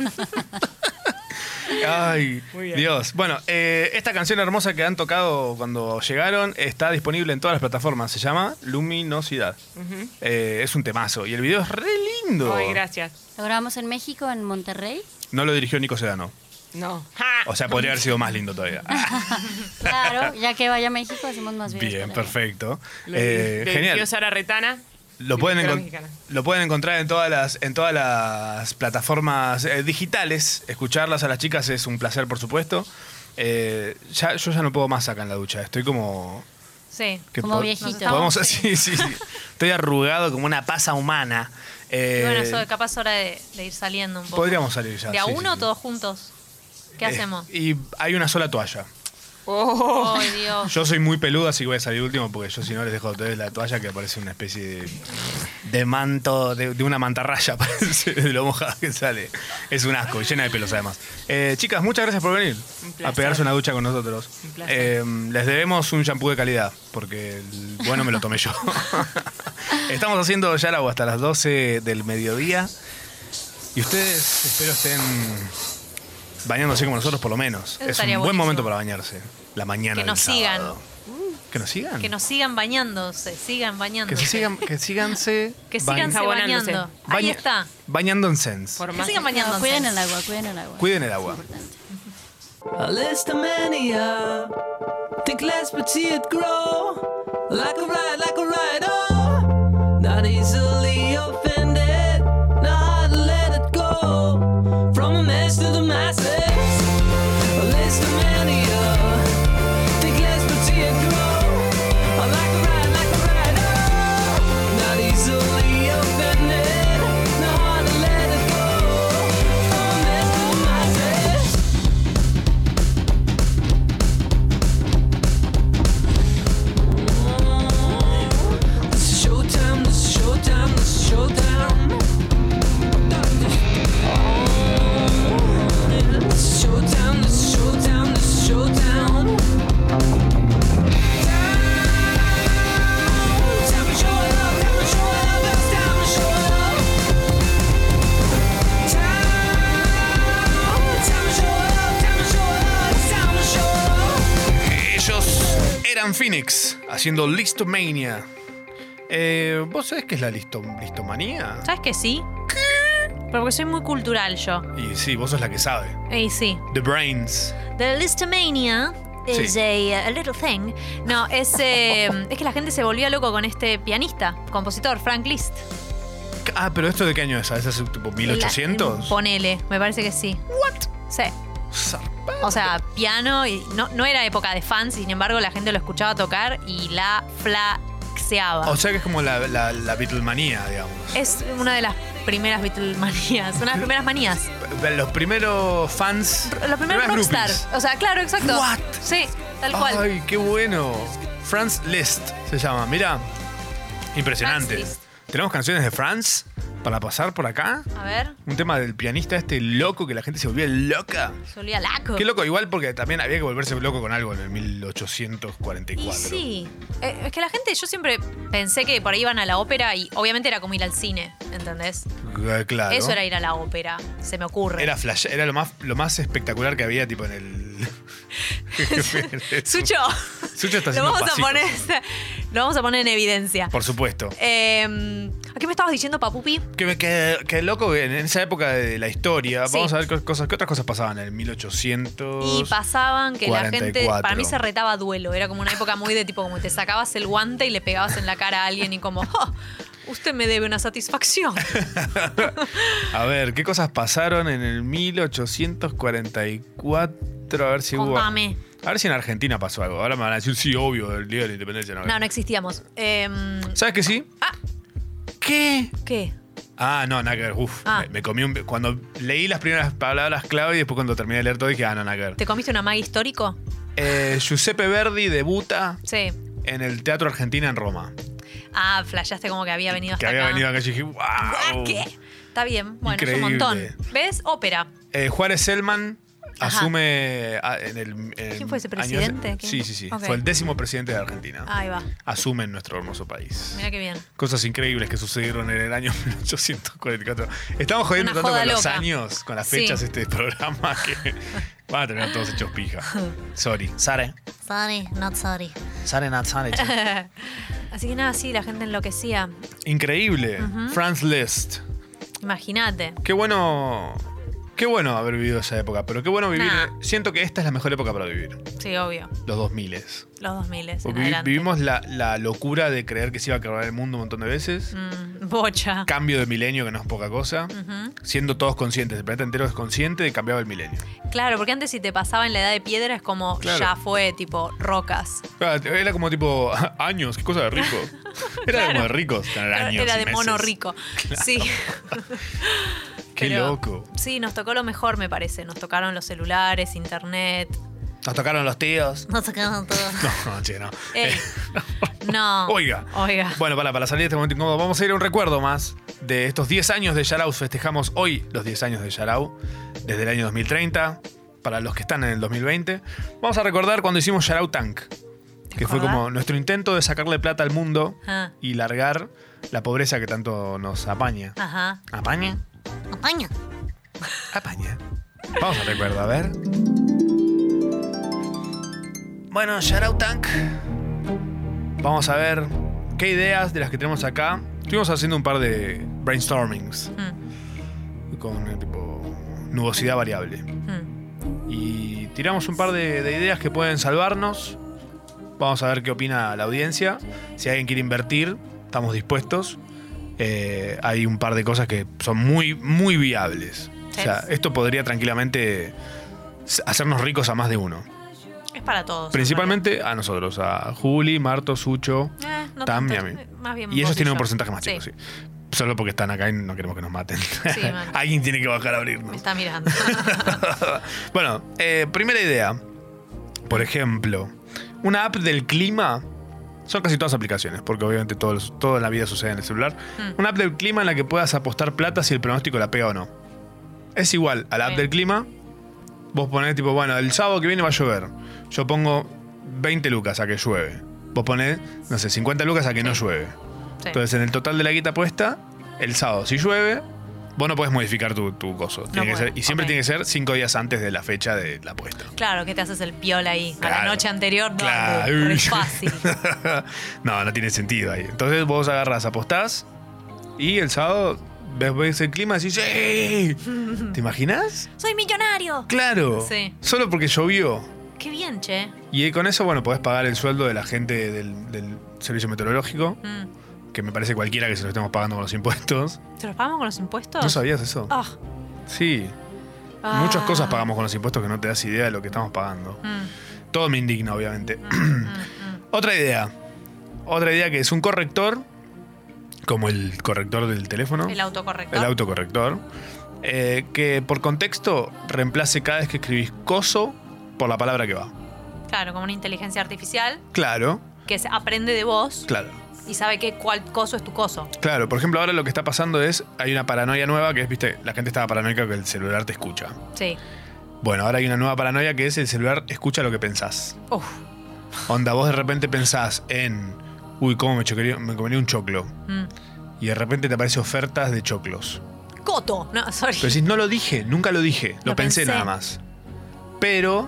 D: Ay,
T: Muy bien.
D: Dios. Bueno, eh, esta canción hermosa que han tocado cuando llegaron está disponible en todas las plataformas. Se llama Luminosidad.
R: Ujú.
D: Eh, es un temazo y el video es re lindo.
R: gracias. Lo grabamos en México, en Monterrey.
D: No lo dirigió Nico Sedano.
R: No.
D: O sea, podría haber sido más lindo todavía.
R: Claro, ya que vaya a México hacemos más videos.
D: Ah, Bien,
R: para allá.
D: perfecto.
T: Lo
D: Eh,
T: dirigió
D: genial.
T: Sara Retana.
D: Lo pueden,
T: Directora
D: encon-
T: mexicana.
D: lo pueden encontrar en todas las, en todas las plataformas eh, digitales. Escucharlas a las chicas es un placer, por supuesto. Eh, ya, yo ya no puedo más acá en la ducha. Estoy como.
B: Sí.
D: que po- podemos- sí, sí, sí. Estoy arrugado como una pasa humana. Eh,
B: Y bueno, eso capaz es hora de, de ir saliendo un poco.
D: podríamos salir ya.
B: ¿De a
D: sí, sí,
B: uno
D: sí.
B: todos juntos? ¿Qué
D: Eh,
B: hacemos?
D: Y hay una sola toalla.
B: Oh, Dios.
D: Yo soy muy peludo, así que voy a salir último, porque yo si no les dejo a ustedes la toalla que parece una especie de, de manto, de, de una mantarraya, parece, de lo mojada que sale. Es un asco, y llena de pelos además. Eh, chicas, muchas gracias por venir
T: Un placer.
D: a pegarse una ducha con nosotros.
T: Un placer.
D: Eh, les debemos un shampoo de calidad, porque el bueno me lo tomé yo. Estamos haciendo Yarau hasta las 12 del mediodía. Y ustedes espero estén bañándose como nosotros por lo menos.
B: Eso
D: es un
B: estaría
D: buen
B: buenísimo.
D: momento para bañarse. La mañana.
B: Que nos
D: del
B: sigan.
D: sábado. Que nos sigan.
B: Que nos sigan bañándose, sigan bañándose.
D: Que se sigan, que síganse.
B: Que síganse
D: bañ-
B: bañando. Ahí
D: Baña-
B: está.
D: Bañando en sense.
B: Que sigan bañándose.
R: Cuiden el
T: Ah.
R: agua, cuiden el agua.
D: Cuiden el agua.
Q: Al esta mania, uh, think less but see it grow. Like a ride, like a ride, oh. Not easily offended, know how to let it go. From a mess to the masses. Al esta mania, uh, think less but see it grow. Like a ride, like a ride, oh. Not easily offended, know how to let it go. From a mess to the masses. This is showtime, this is showtime, this is showtime. This is showtime, this is showtime, this is showtime. Time, time to show it up, time to show it up, it's time to show it up. Time, time to show it up, time to show it up, it's time to show it up.
D: Ellos eran Phoenix haciendo Listomania. Eh, ¿Vos sabés qué es la listo- listomanía?
B: ¿Sabes que sí? Pero porque soy muy cultural yo.
D: Y sí, vos sos la que sabe.
B: Y sí.
D: The Brains.
B: The Listomania is
D: Sí.
B: a, a little thing. No, es, eh, es que la gente se volvía loco con este pianista, compositor, Frank Liszt.
D: Ah, pero ¿esto de
B: Mm.
D: qué año es? ¿Es tipo 1800?
B: Ponele, me parece que sí. ¿What? Sí. o sea, piano, y no, no era época de fans, sin embargo la gente lo escuchaba tocar y la flaxeaba.
D: O sea que es como la, la, la Beatlemanía, digamos.
B: Es una de las primeras Beatlemanías, una de las primeras manías.
D: Los primeros fans.
B: Los primeros
D: primeras
B: rockstar.
D: groupies.
B: O sea, claro, exacto.
D: What?
B: Sí, tal cual.
D: Ay, qué bueno. Franz Liszt se llama. Mira, impresionante.
B: Franz Liszt.
D: Tenemos canciones de Franz para pasar por acá.
B: A ver,
D: Un tema del pianista este loco que la gente se volvía loca.
B: solía laco.
D: Qué loco, igual porque también había que volverse loco con algo en el 1844.
B: Y sí, Eh, es que la gente, yo siempre pensé que por ahí iban a la ópera y obviamente era como ir al cine, ¿entendés?
D: Eh, Claro.
B: Eso era ir a la ópera, se me ocurre.
D: Era flash, era lo más, lo más espectacular que había, tipo en el.
B: Sucho,
D: Sucho
B: lo
D: está haciendo
B: vamos, a
D: pasitos.
B: poner, lo vamos a poner en evidencia.
D: Por supuesto.
B: Eh, ¿A qué me estabas diciendo, Papupi?
D: Que, que- que loco, en en esa época de la historia,
B: Sí.
D: vamos a ver qué, cosas, qué otras cosas pasaban en el 1800.
B: Y pasaban que la gente,
D: 44.
B: para mí se retaba duelo, era como una época muy de tipo como te sacabas el guante y le pegabas en la cara a alguien y como, "Oh, usted me debe una satisfacción.
D: A ver, ¿qué cosas pasaron en el 1844? A ver si
B: Contame.
D: hubo. A ver si en Argentina pasó algo. Ahora me van a decir, sí, obvio, el día de la independencia. No,
B: No, no existíamos. Em,
D: ¿Sabes que sí? ¿Qué?
B: ¿Qué?
D: Ah, no, nada que ver. Uf,
B: Ah.
D: me, me comí un. Cuando leí las primeras palabras clave y después cuando terminé de leer todo dije, ah, no, nada que ver.
B: ¿Te comiste una maga histórico?
D: Eh, Giuseppe Verdi debuta
B: Sí.
D: en el Teatro Argentina en Roma.
B: Ah, flasheaste como que había venido
D: Que
B: hasta
D: había
B: acá.
D: venido acá y dije, wow.
B: ¿Qué? Está bien, bueno, es
D: Increíble.
B: un montón. ¿Ves? Ópera.
D: Eh, Juárez Selman
B: Ajá.
D: asume ah, en el. en
B: ¿Quién fue ese
D: años-
B: presidente? ¿Quién?
D: Sí, sí, sí.
B: Ok.
D: Fue el décimo presidente de Argentina.
B: Ahí va.
D: Asume en nuestro hermoso país.
B: Mira qué bien.
D: Cosas increíbles que sucedieron en el año 1844. Estamos jodiendo
B: Una
D: tanto
B: joda
D: con los
B: loca.
D: años, con las
B: Sí.
D: fechas de este programa que van a terminar todos hechos pija. Sorry. Sare.
B: Sorry, not sorry.
D: Sare not sare.
B: Así que nada, sí, la gente enloquecía.
D: Increíble.
B: Ujú.
D: Franz Liszt.
B: Imagínate.
D: Qué bueno. Qué bueno haber vivido esa época, pero qué bueno vivir.
B: Nah.
D: Siento que esta es la mejor época para vivir.
B: Sí, obvio.
D: Los 2000s.
B: Los 2000 en
D: Porque vi-
B: adelante.
D: vivimos la, la locura de creer que se iba a acabar el mundo un montón de veces.
B: Mm, bocha. Mm.
D: Cambio de milenio, que no es poca cosa.
B: Ujú.
D: Siendo todos conscientes, el planeta entero es consciente de que cambiaba el milenio.
B: Claro, porque antes si te pasaba en la edad de piedra es como
D: Claro.
B: ya fue, tipo rocas.
D: Ah, Era como tipo años, qué cosa de rico. Era como de ricos tener
B: Era-
D: años.
B: Era
D: y
B: de mono
D: meses.
B: rico. Sí.
D: Qué
B: Pero-
D: loco.
B: Sí, nos tocó lo mejor, me parece. Nos tocaron los celulares, internet.
D: Nos tocaron los tíos.
B: Nos tocaron todo.
D: No, no, che, no.
B: Ey,
D: Eh,
B: no.
D: Oiga.
B: Oiga.
D: Bueno, para, para salir de este momento incómodo, vamos a ir a un recuerdo más de estos 10 años de Yarau. Festejamos hoy los 10 años de Yarau, desde el año 2030, para los que están en el 2020. Vamos a recordar cuando hicimos Yarau Tank, que fue
B: acordás?
D: como nuestro intento de sacarle plata al mundo
B: Ah,
D: y largar la pobreza que tanto nos apaña.
B: ajá.
D: ¿Apaña?
B: Apaña.
D: Apaña. Vamos al recuerdo, a ver. Bueno, Yarau Tank. Vamos a ver qué ideas de las que tenemos acá. Estuvimos haciendo un par de brainstormings con eh, tipo nubosidad variable. Y tiramos un par de, de ideas que pueden salvarnos. Vamos a ver qué opina la audiencia. Si alguien quiere invertir, estamos dispuestos. Eh, hay un par de cosas que son muy, muy viables. O sea, esto podría tranquilamente s- hacernos ricos a más de uno.
B: Es para todos.
D: Principalmente a nosotros, a Juli, Marto, Sucho,
B: Eh, no
D: Tam y a
B: tanto,
D: mí.
B: eh, más bien
D: Y ellos
B: vos
D: tienen
B: yo.
D: un porcentaje más chico, sí. Solo porque están acá y no queremos que nos maten.
B: Sí, bueno.
D: Alguien tiene que bajar
B: Me
D: a abrirnos.
B: está mirando.
D: bueno, eh, primera idea. Por ejemplo, una app del clima. Son casi todas aplicaciones, porque obviamente todo, los- todo en la vida sucede en el celular.
B: Mm.
D: Una app del clima en la que puedas apostar plata si el pronóstico la pega o no. Es igual a la app del clima. Vos ponés tipo, bueno, el sábado que viene va a llover. Yo pongo 20 lucas a que llueve. Vos ponés, no sé, 50 lucas a que no llueve.
B: Sí.
D: Entonces, en el total de la guita puesta, el sábado, si llueve, vos no podés modificar tu, tu coso. Tiene que
B: puedo,
D: ser- y siempre tiene que ser cinco días antes de la fecha de la apuesta.
B: Claro, que te haces el piola ahí. A
D: Claro.
B: la noche anterior, no.
D: Claro.
B: re- re fácil.
D: no, no tiene sentido ahí. Entonces vos agarras, apostás y el sábado ves, ves el clima y decís, ¡Sí! ¿Te imaginas?
B: ¡Soy millonario!
D: Claro.
B: Sí.
D: Solo porque llovió.
B: Qué bien, che.
D: Y eh, con eso, bueno, podés pagar el sueldo de la gente del, del servicio meteorológico,
B: Mm.
D: que me parece cualquiera que se lo estemos pagando con los impuestos.
B: ¿Te los pagamos con los impuestos?
D: ¿No sabías eso?
B: Ah,
D: Sí.
B: Ah.
D: Muchas cosas pagamos con los impuestos que no te das idea de lo que estamos pagando.
B: Mm.
D: Todo me indigna, obviamente. Otra idea. Otra idea que es un corrector, como el corrector del teléfono.
B: El autocorrector.
D: El autocorrector. eh, que por contexto reemplace cada vez que escribís coso por la palabra que va.
B: Claro, como una inteligencia artificial
D: Claro,
B: que se aprende de vos
D: claro.
B: y sabe que cuál coso es tu coso.
D: Claro, por ejemplo, ahora lo que está pasando es, hay una paranoia nueva que es, viste, la gente estaba paranoica que el celular te escucha.
B: Sí.
D: Bueno, ahora hay una nueva paranoia que es el celular escucha lo que pensás.
B: Uf.
D: Onda, vos de repente pensás en, uy, ¿cómo me, choquería- me comería un choclo?
B: Mm.
D: Y de repente te aparecen ofertas de choclos.
B: Coto. No, sorry.
D: Pero decís, no lo dije, nunca lo dije, lo,
B: Lo
D: pensé,
B: pensé.
D: nada más. Pero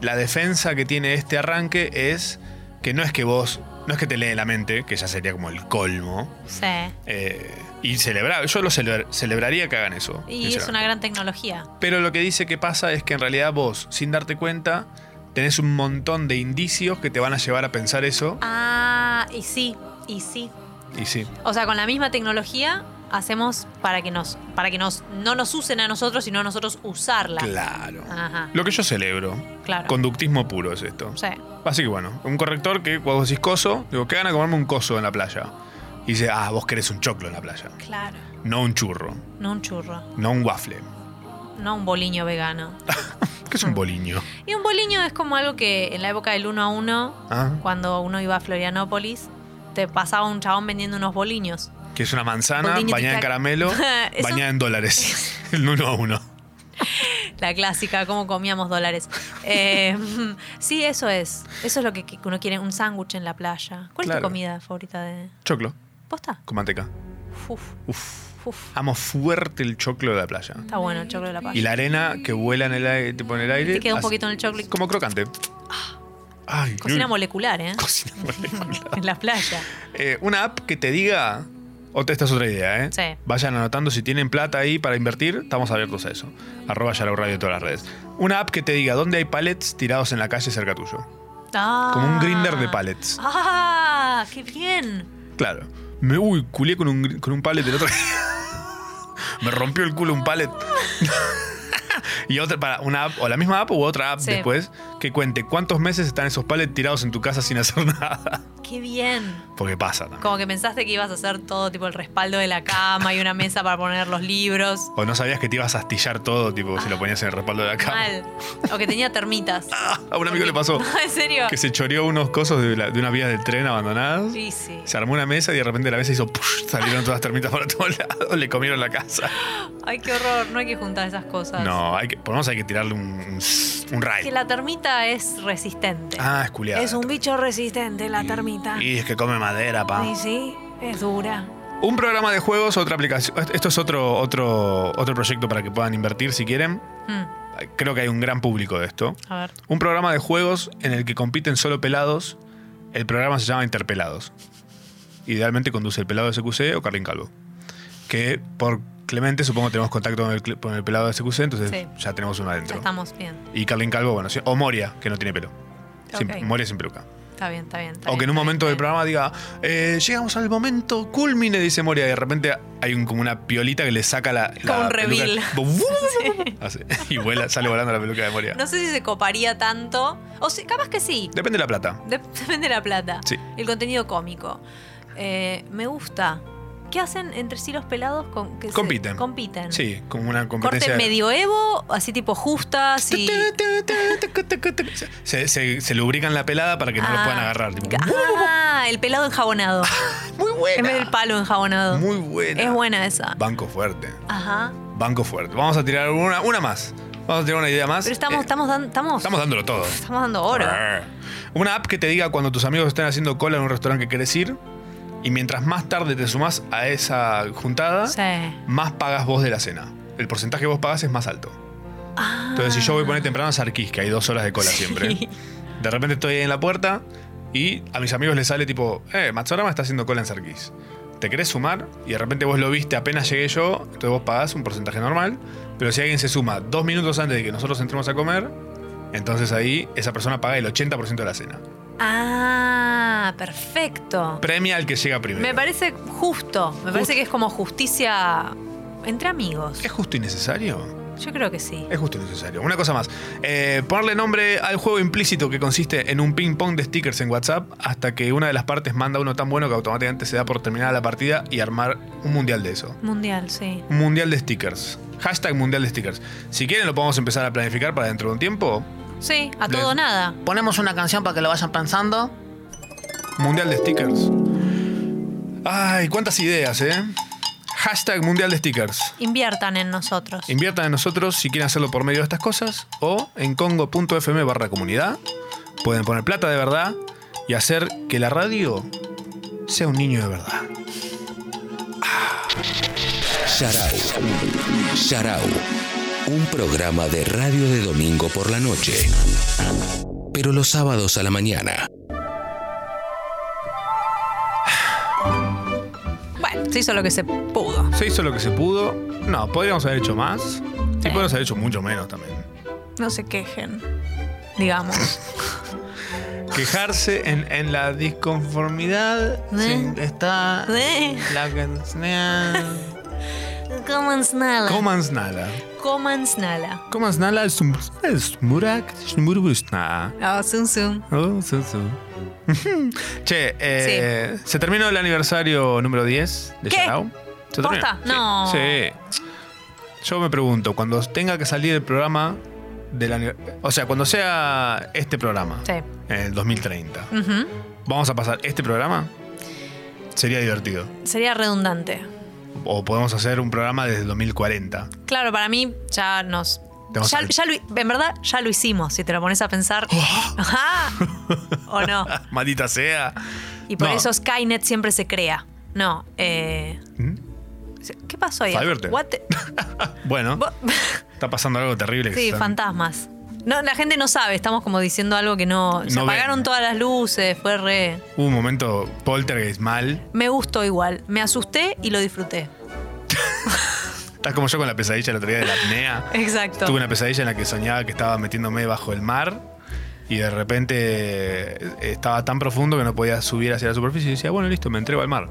D: la defensa que tiene este arranque es que no es que vos, no es que te lee la mente, que ya sería como el colmo,
B: Sí.
D: eh, y celebrar, yo lo celebra- celebraría que hagan eso.
B: Y es
D: sinceramente.
B: una gran tecnología.
D: Pero lo que dice que pasa es que en realidad vos, sin darte cuenta, tenés un montón de indicios que te van a llevar a pensar eso.
B: Ah, y sí, y sí.
D: Y sí,
B: O sea, con la misma tecnología hacemos para que nos, para que nos, no nos usen a nosotros, sino a nosotros usarla.
D: claro.
B: Ajá.
D: Lo que yo celebro.
B: Claro.
D: Conductismo puro es esto.
B: Sí.
D: Así que bueno, un corrector que cuando decís coso, digo, ¿qué gana comerme un coso en la playa? Y dice, ah, vos querés un choclo en la playa.
B: Claro.
D: No un churro,
B: No un churro,
D: no un waffle.
B: no un boliño vegano.
D: ¿Qué es
B: Mm.
D: un boliño?
B: Y un boliño es como algo que en la época del 1 a 1,
D: Ah,
B: cuando uno iba a Florianópolis, te pasaba un chabón vendiendo unos boliños.
D: Que es una manzana
B: Boliño
D: bañada en
B: tic-tac.
D: caramelo,
B: Eso-
D: bañada en dólares. El uno a uno.
B: La clásica, cómo comíamos dólares. Eh, sí, eso es. Eso es lo que que uno quiere, un sándwich en la playa. ¿Cuál es
D: Claro.
B: tu comida favorita de
D: Choclo,
B: posta?
D: con manteca.
B: Uf,
D: Uf.
B: Uf.
D: Amo fuerte el choclo de la playa.
B: está bueno el choclo de la playa.
D: Y la arena que vuela en el aire, tipo en el aire.
B: Te queda un
D: hace-
B: poquito en el choclo y
D: Como crocante. Ay,
B: cocina
D: no.
B: molecular, ¿eh?
D: Cocina molecular.
B: en la playa.
D: Eh, una app que te diga. O esta es otra idea, ¿eh?
B: Sí.
D: Vayan anotando si tienen plata ahí para invertir, estamos abiertos a eso. Arroba Yarau Radio en todas las redes. Una app que te diga dónde hay pallets tirados en la calle cerca tuyo.
B: Ah.
D: Como un grinder de pallets.
B: ¡Ah! ¡Qué bien!
D: Claro. Me, uy, culié con un, gri- con un pallet el otro día. Me rompió el culo un pallet. y otra, para una app, o la misma app o otra app
B: Sí.
D: después, que cuente cuántos meses están esos pallets tirados en tu casa sin hacer nada.
B: ¡Qué bien!
D: Porque pasa también.
B: Como que pensaste que ibas a hacer todo tipo el respaldo de la cama y una mesa para poner los libros.
D: O no sabías que te ibas a astillar todo, tipo, si lo ponías en el respaldo de la cama.
B: Mal. O que tenía termitas.
D: A un amigo le pasó
B: No, en serio.
D: que se choreó unos cosos de, la- de unas vías del tren abandonadas.
B: Sí, sí.
D: Se armó una mesa y de repente la mesa hizo push, salieron todas las termitas para todos lados, le comieron la casa.
B: Ay, qué horror. No hay que juntar esas cosas.
D: No, hay que, por lo menos hay que tirarle un, un, un raid.
B: Que la termita es resistente.
D: Ah, es culiada.
B: es un bicho resistente la termita.
D: Y es que come madera, pa.
B: Y sí, es dura.
D: Un programa de juegos, otra aplicación. Est- Esto es otro, otro, otro proyecto para que puedan invertir si quieren.
B: Mm,
D: Creo que hay un gran público de esto.
B: a ver.
D: Un programa de juegos en el que compiten solo pelados. El programa se llama Interpelados. Idealmente conduce el pelado de SQC o Carlín Calvo. Que por Clemente supongo tenemos contacto con el, cle- con el pelado de SQC, entonces
B: Sí.
D: ya tenemos uno
B: Ya
D: adentro.
B: estamos bien.
D: Y Carlín Calvo, bueno, sí. o Moria, que no tiene pelo. Sin-
B: Ok.
D: Moria sin peluca.
B: Está bien, está bien. está
D: O que en un momento del programa diga, eh, llegamos al momento culmine, dice Moria, y de repente hay un- como una piolita que le saca la.
B: bien.
D: la
B: Como un
D: peluca.
B: reveal.
D: Así. y vuela, sale volando la peluca de Moria.
B: No sé si se coparía tanto. O sí, capaz que sí.
D: Depende de la plata.
B: Dep- Depende de la plata.
D: Sí.
B: El contenido cómico. Eh, me gusta. ¿Qué hacen entre sí los pelados? Con, que se-
D: Compiten.
B: compiten.
D: Sí, como una competencia.
B: Corte e-
D: de-
B: medioevo, así tipo justas y.
D: Se, se- se lubrican la pelada para que no lo
B: Ah.
D: puedan agarrar. tipo,
B: Ah, el pelado enjabonado.
D: Muy buena.
B: En vez del palo enjabonado.
D: Muy buena.
B: Es buena esa.
D: Banco fuerte.
B: Ajá.
D: Banco fuerte. Vamos a tirar una, una más. Vamos a tirar una idea más.
B: Pero estamos,
D: Eh, oh. Ah.
B: estamos, dan- estamos,
D: estamos dándolo todo.
B: estamos dando oro.
D: Arr. Una app que te diga cuando tus amigos estén haciendo cola en un restaurante que querés ir. Y mientras más tarde te sumás a esa juntada,
B: Sí.
D: más pagas vos de la cena. El porcentaje que vos pagás es más alto. Entonces, si yo voy a poner temprano a Sarquís, que hay dos horas de cola siempre, de repente estoy ahí en la puerta y a mis amigos les sale tipo, eh, Matsorama está haciendo cola en Sarquís. ¿Te querés sumar? Y de repente vos lo viste apenas llegué yo, entonces vos pagás un porcentaje normal. Pero si alguien se suma dos minutos antes de que nosotros entremos a comer, entonces ahí esa persona paga el 80% de la cena.
B: Ah, perfecto.
D: Premia al que llega primero.
B: Me parece justo. Me parece que es como justicia entre amigos.
D: ¿Es justo y necesario?
B: Yo Yo creo que sí.
D: Es justo y necesario. Una cosa más. Eh, ponerle nombre al juego implícito que consiste en un ping-pong de stickers en WhatsApp hasta que una de las partes manda uno tan bueno que automáticamente se da por terminada la partida y armar un mundial de eso.
B: Mundial, sí.
D: Un mundial de stickers. Hashtag mundial de stickers. Si quieren lo podemos empezar a planificar para dentro de un tiempo.
B: Sí, a
D: Le-
B: todo o nada.
L: Ponemos una canción para que lo vayan pensando.
D: Mundial de stickers. Ay, cuántas ideas, ¿eh? Hashtag mundial de stickers.
B: Inviertan en nosotros.
D: Inviertan en nosotros si quieren hacerlo por medio de estas cosas o en congo.fm barra comunidad. Pueden poner plata de verdad y hacer que la radio sea un niño de verdad.
E: Sharau. Sharau. Un programa de radio de domingo por la noche. Pero los sábados a la mañana.
B: Bueno, se hizo lo que se pudo.
D: Se hizo lo que se pudo. No, podríamos haber hecho más. Y podríamos haber hecho mucho menos también.
B: No se quejen. Digamos.
D: Quejarse en, en la disconformidad sí, está
B: ¿Eh?
D: la canción.
B: Coman snala.
D: Comans nada.
B: Coman snala.
D: Comans nada es un- es murak, es murubusna.
B: Oh, zum, zum.
D: Oh, su, su. Che, eh, se terminó el aniversario número 10 de
B: ¿Qué?
D: Yarao. Se terminó.
B: ¿Posta?
D: Sí.
B: No.
D: Sí. Yo me pregunto, cuando tenga que salir el programa del ani- O sea, cuando sea este programa,
B: Sí.
D: en el 2030,
B: Ujú.
D: ¿vamos a pasar este programa? Sería divertido.
B: Sería redundante.
D: O podemos hacer un programa desde el 2040.
B: Claro, para mí ya nos.
D: Tenemos
B: Ya,
D: al-
B: ya lo- en verdad, ya lo hicimos, si te lo pones a pensar.
D: Oh.
B: Ajá. ¿O no?
D: Maldita sea.
B: Y por
D: No.
B: eso Skynet siempre se crea. No, eh.
D: ¿Mm?
B: ¿Qué pasó ahí?
D: Faberte.
B: What the-
D: Bueno, está pasando algo terrible. que se
B: Sí,
D: están-
B: fantasmas. No, la gente no sabe, estamos como diciendo algo que no. Se
D: No ven.
B: apagaron todas las luces, fue re.
D: Hubo un momento poltergeist mal.
B: Me gustó igual. Me asusté y lo disfruté.
D: Estás como yo con la pesadilla la teoría de la apnea.
B: Exacto.
D: Tuve una pesadilla en la que soñaba que estaba metiéndome bajo el mar y de repente eh, estaba tan profundo que no podía subir hacia la superficie y decía, bueno, listo, me entrego al mar.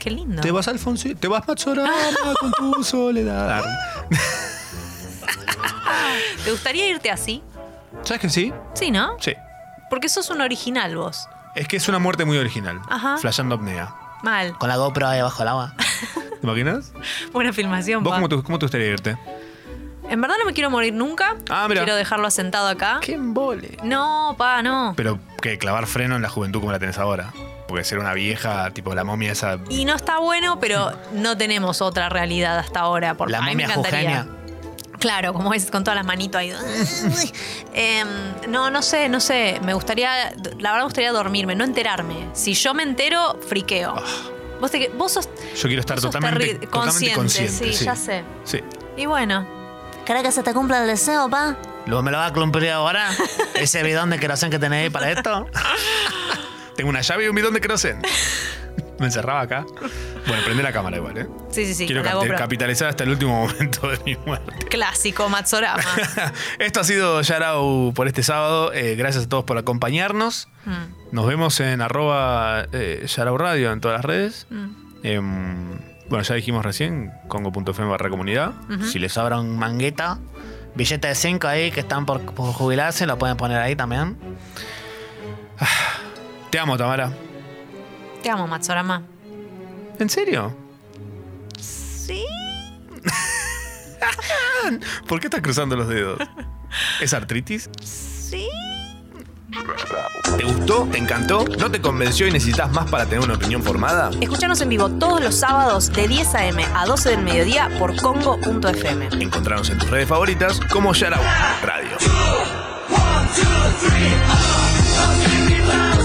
B: Qué lindo.
D: Te vas, Alfonso, te vas, Machorama, con tu soledad.
B: ¿Te gustaría irte así?
D: ¿Sabes que sí?
B: Sí, ¿no?
D: Sí.
B: Porque sos un original vos.
D: Es que es una muerte muy original.
B: Ajá.
D: Flashando apnea.
B: Mal.
D: Con la GoPro ahí bajo el agua. ¿Te imaginas?
B: Buena filmación,
D: ¿Vos
B: pa.
D: cómo te, cómo te gustaría irte?
B: En verdad no me quiero morir nunca.
D: Ah, mirá.
B: Quiero dejarlo asentado acá.
D: ¡Qué embole!
B: No, pa, no.
D: Pero que clavar freno en la juventud como la tenés ahora. Porque ser una vieja, tipo la momia esa.
B: Y no está bueno, pero no tenemos otra realidad hasta ahora. Por,
D: La
B: a mí me
D: momia
B: encantaría.
D: jujeña.
B: Claro, como es con todas las manitos ahí. Em, no, no sé, no sé. Me gustaría, la verdad me gustaría dormirme, no enterarme. Si yo me entero, friqueo. Vos, te que- vos sos
D: Yo quiero estar
B: Vos sos
D: totalmente,
B: terri-
D: totalmente consciente.
B: consciente, sí, ya sé.
D: Sí.
B: Y bueno. ¿Querés que se te cumpla el deseo, pa?
L: ¿Lo me lo va a cumplir ahora? ¿Ese bidón de querosén que tenéis para esto?
D: Tengo una llave y un bidón de querosén. Me encerraba acá. Bueno, prende la cámara igual, ¿eh?
B: Sí, sí, sí.
D: Quiero
B: con la
D: capi-
B: GoPro.
D: capitalizar hasta el último momento de mi muerte.
B: Clásico, Matsorama.
D: Esto ha sido Yarau por este sábado. Eh, gracias a todos por acompañarnos.
B: Mm,
D: Nos vemos en arroba eh, Yarau Radio en todas las redes.
B: mm.
D: Em, bueno, ya dijimos recién, congo.fm barra comunidad.
L: Ujú. Si les sobra un mangueta, billete de 5 ahí que están por, por jubilarse, lo pueden poner ahí también.
D: Ah, Te amo, Tamara.
B: Te amo, Matsorama.
D: ¿En serio?
B: Sí.
D: Ah, ¿Por qué estás cruzando los dedos? ¿Es artritis?
B: Sí.
D: ¿Te gustó? ¿Te encantó? ¿No te convenció y necesitas más para tener una opinión formada?
B: Escuchanos en vivo todos los sábados de 10 a.m. a 12 del mediodía por congo.fm.
D: Encontrarnos en tus redes favoritas como Yarau Radio.
C: One, two, three, oh, oh, give me five.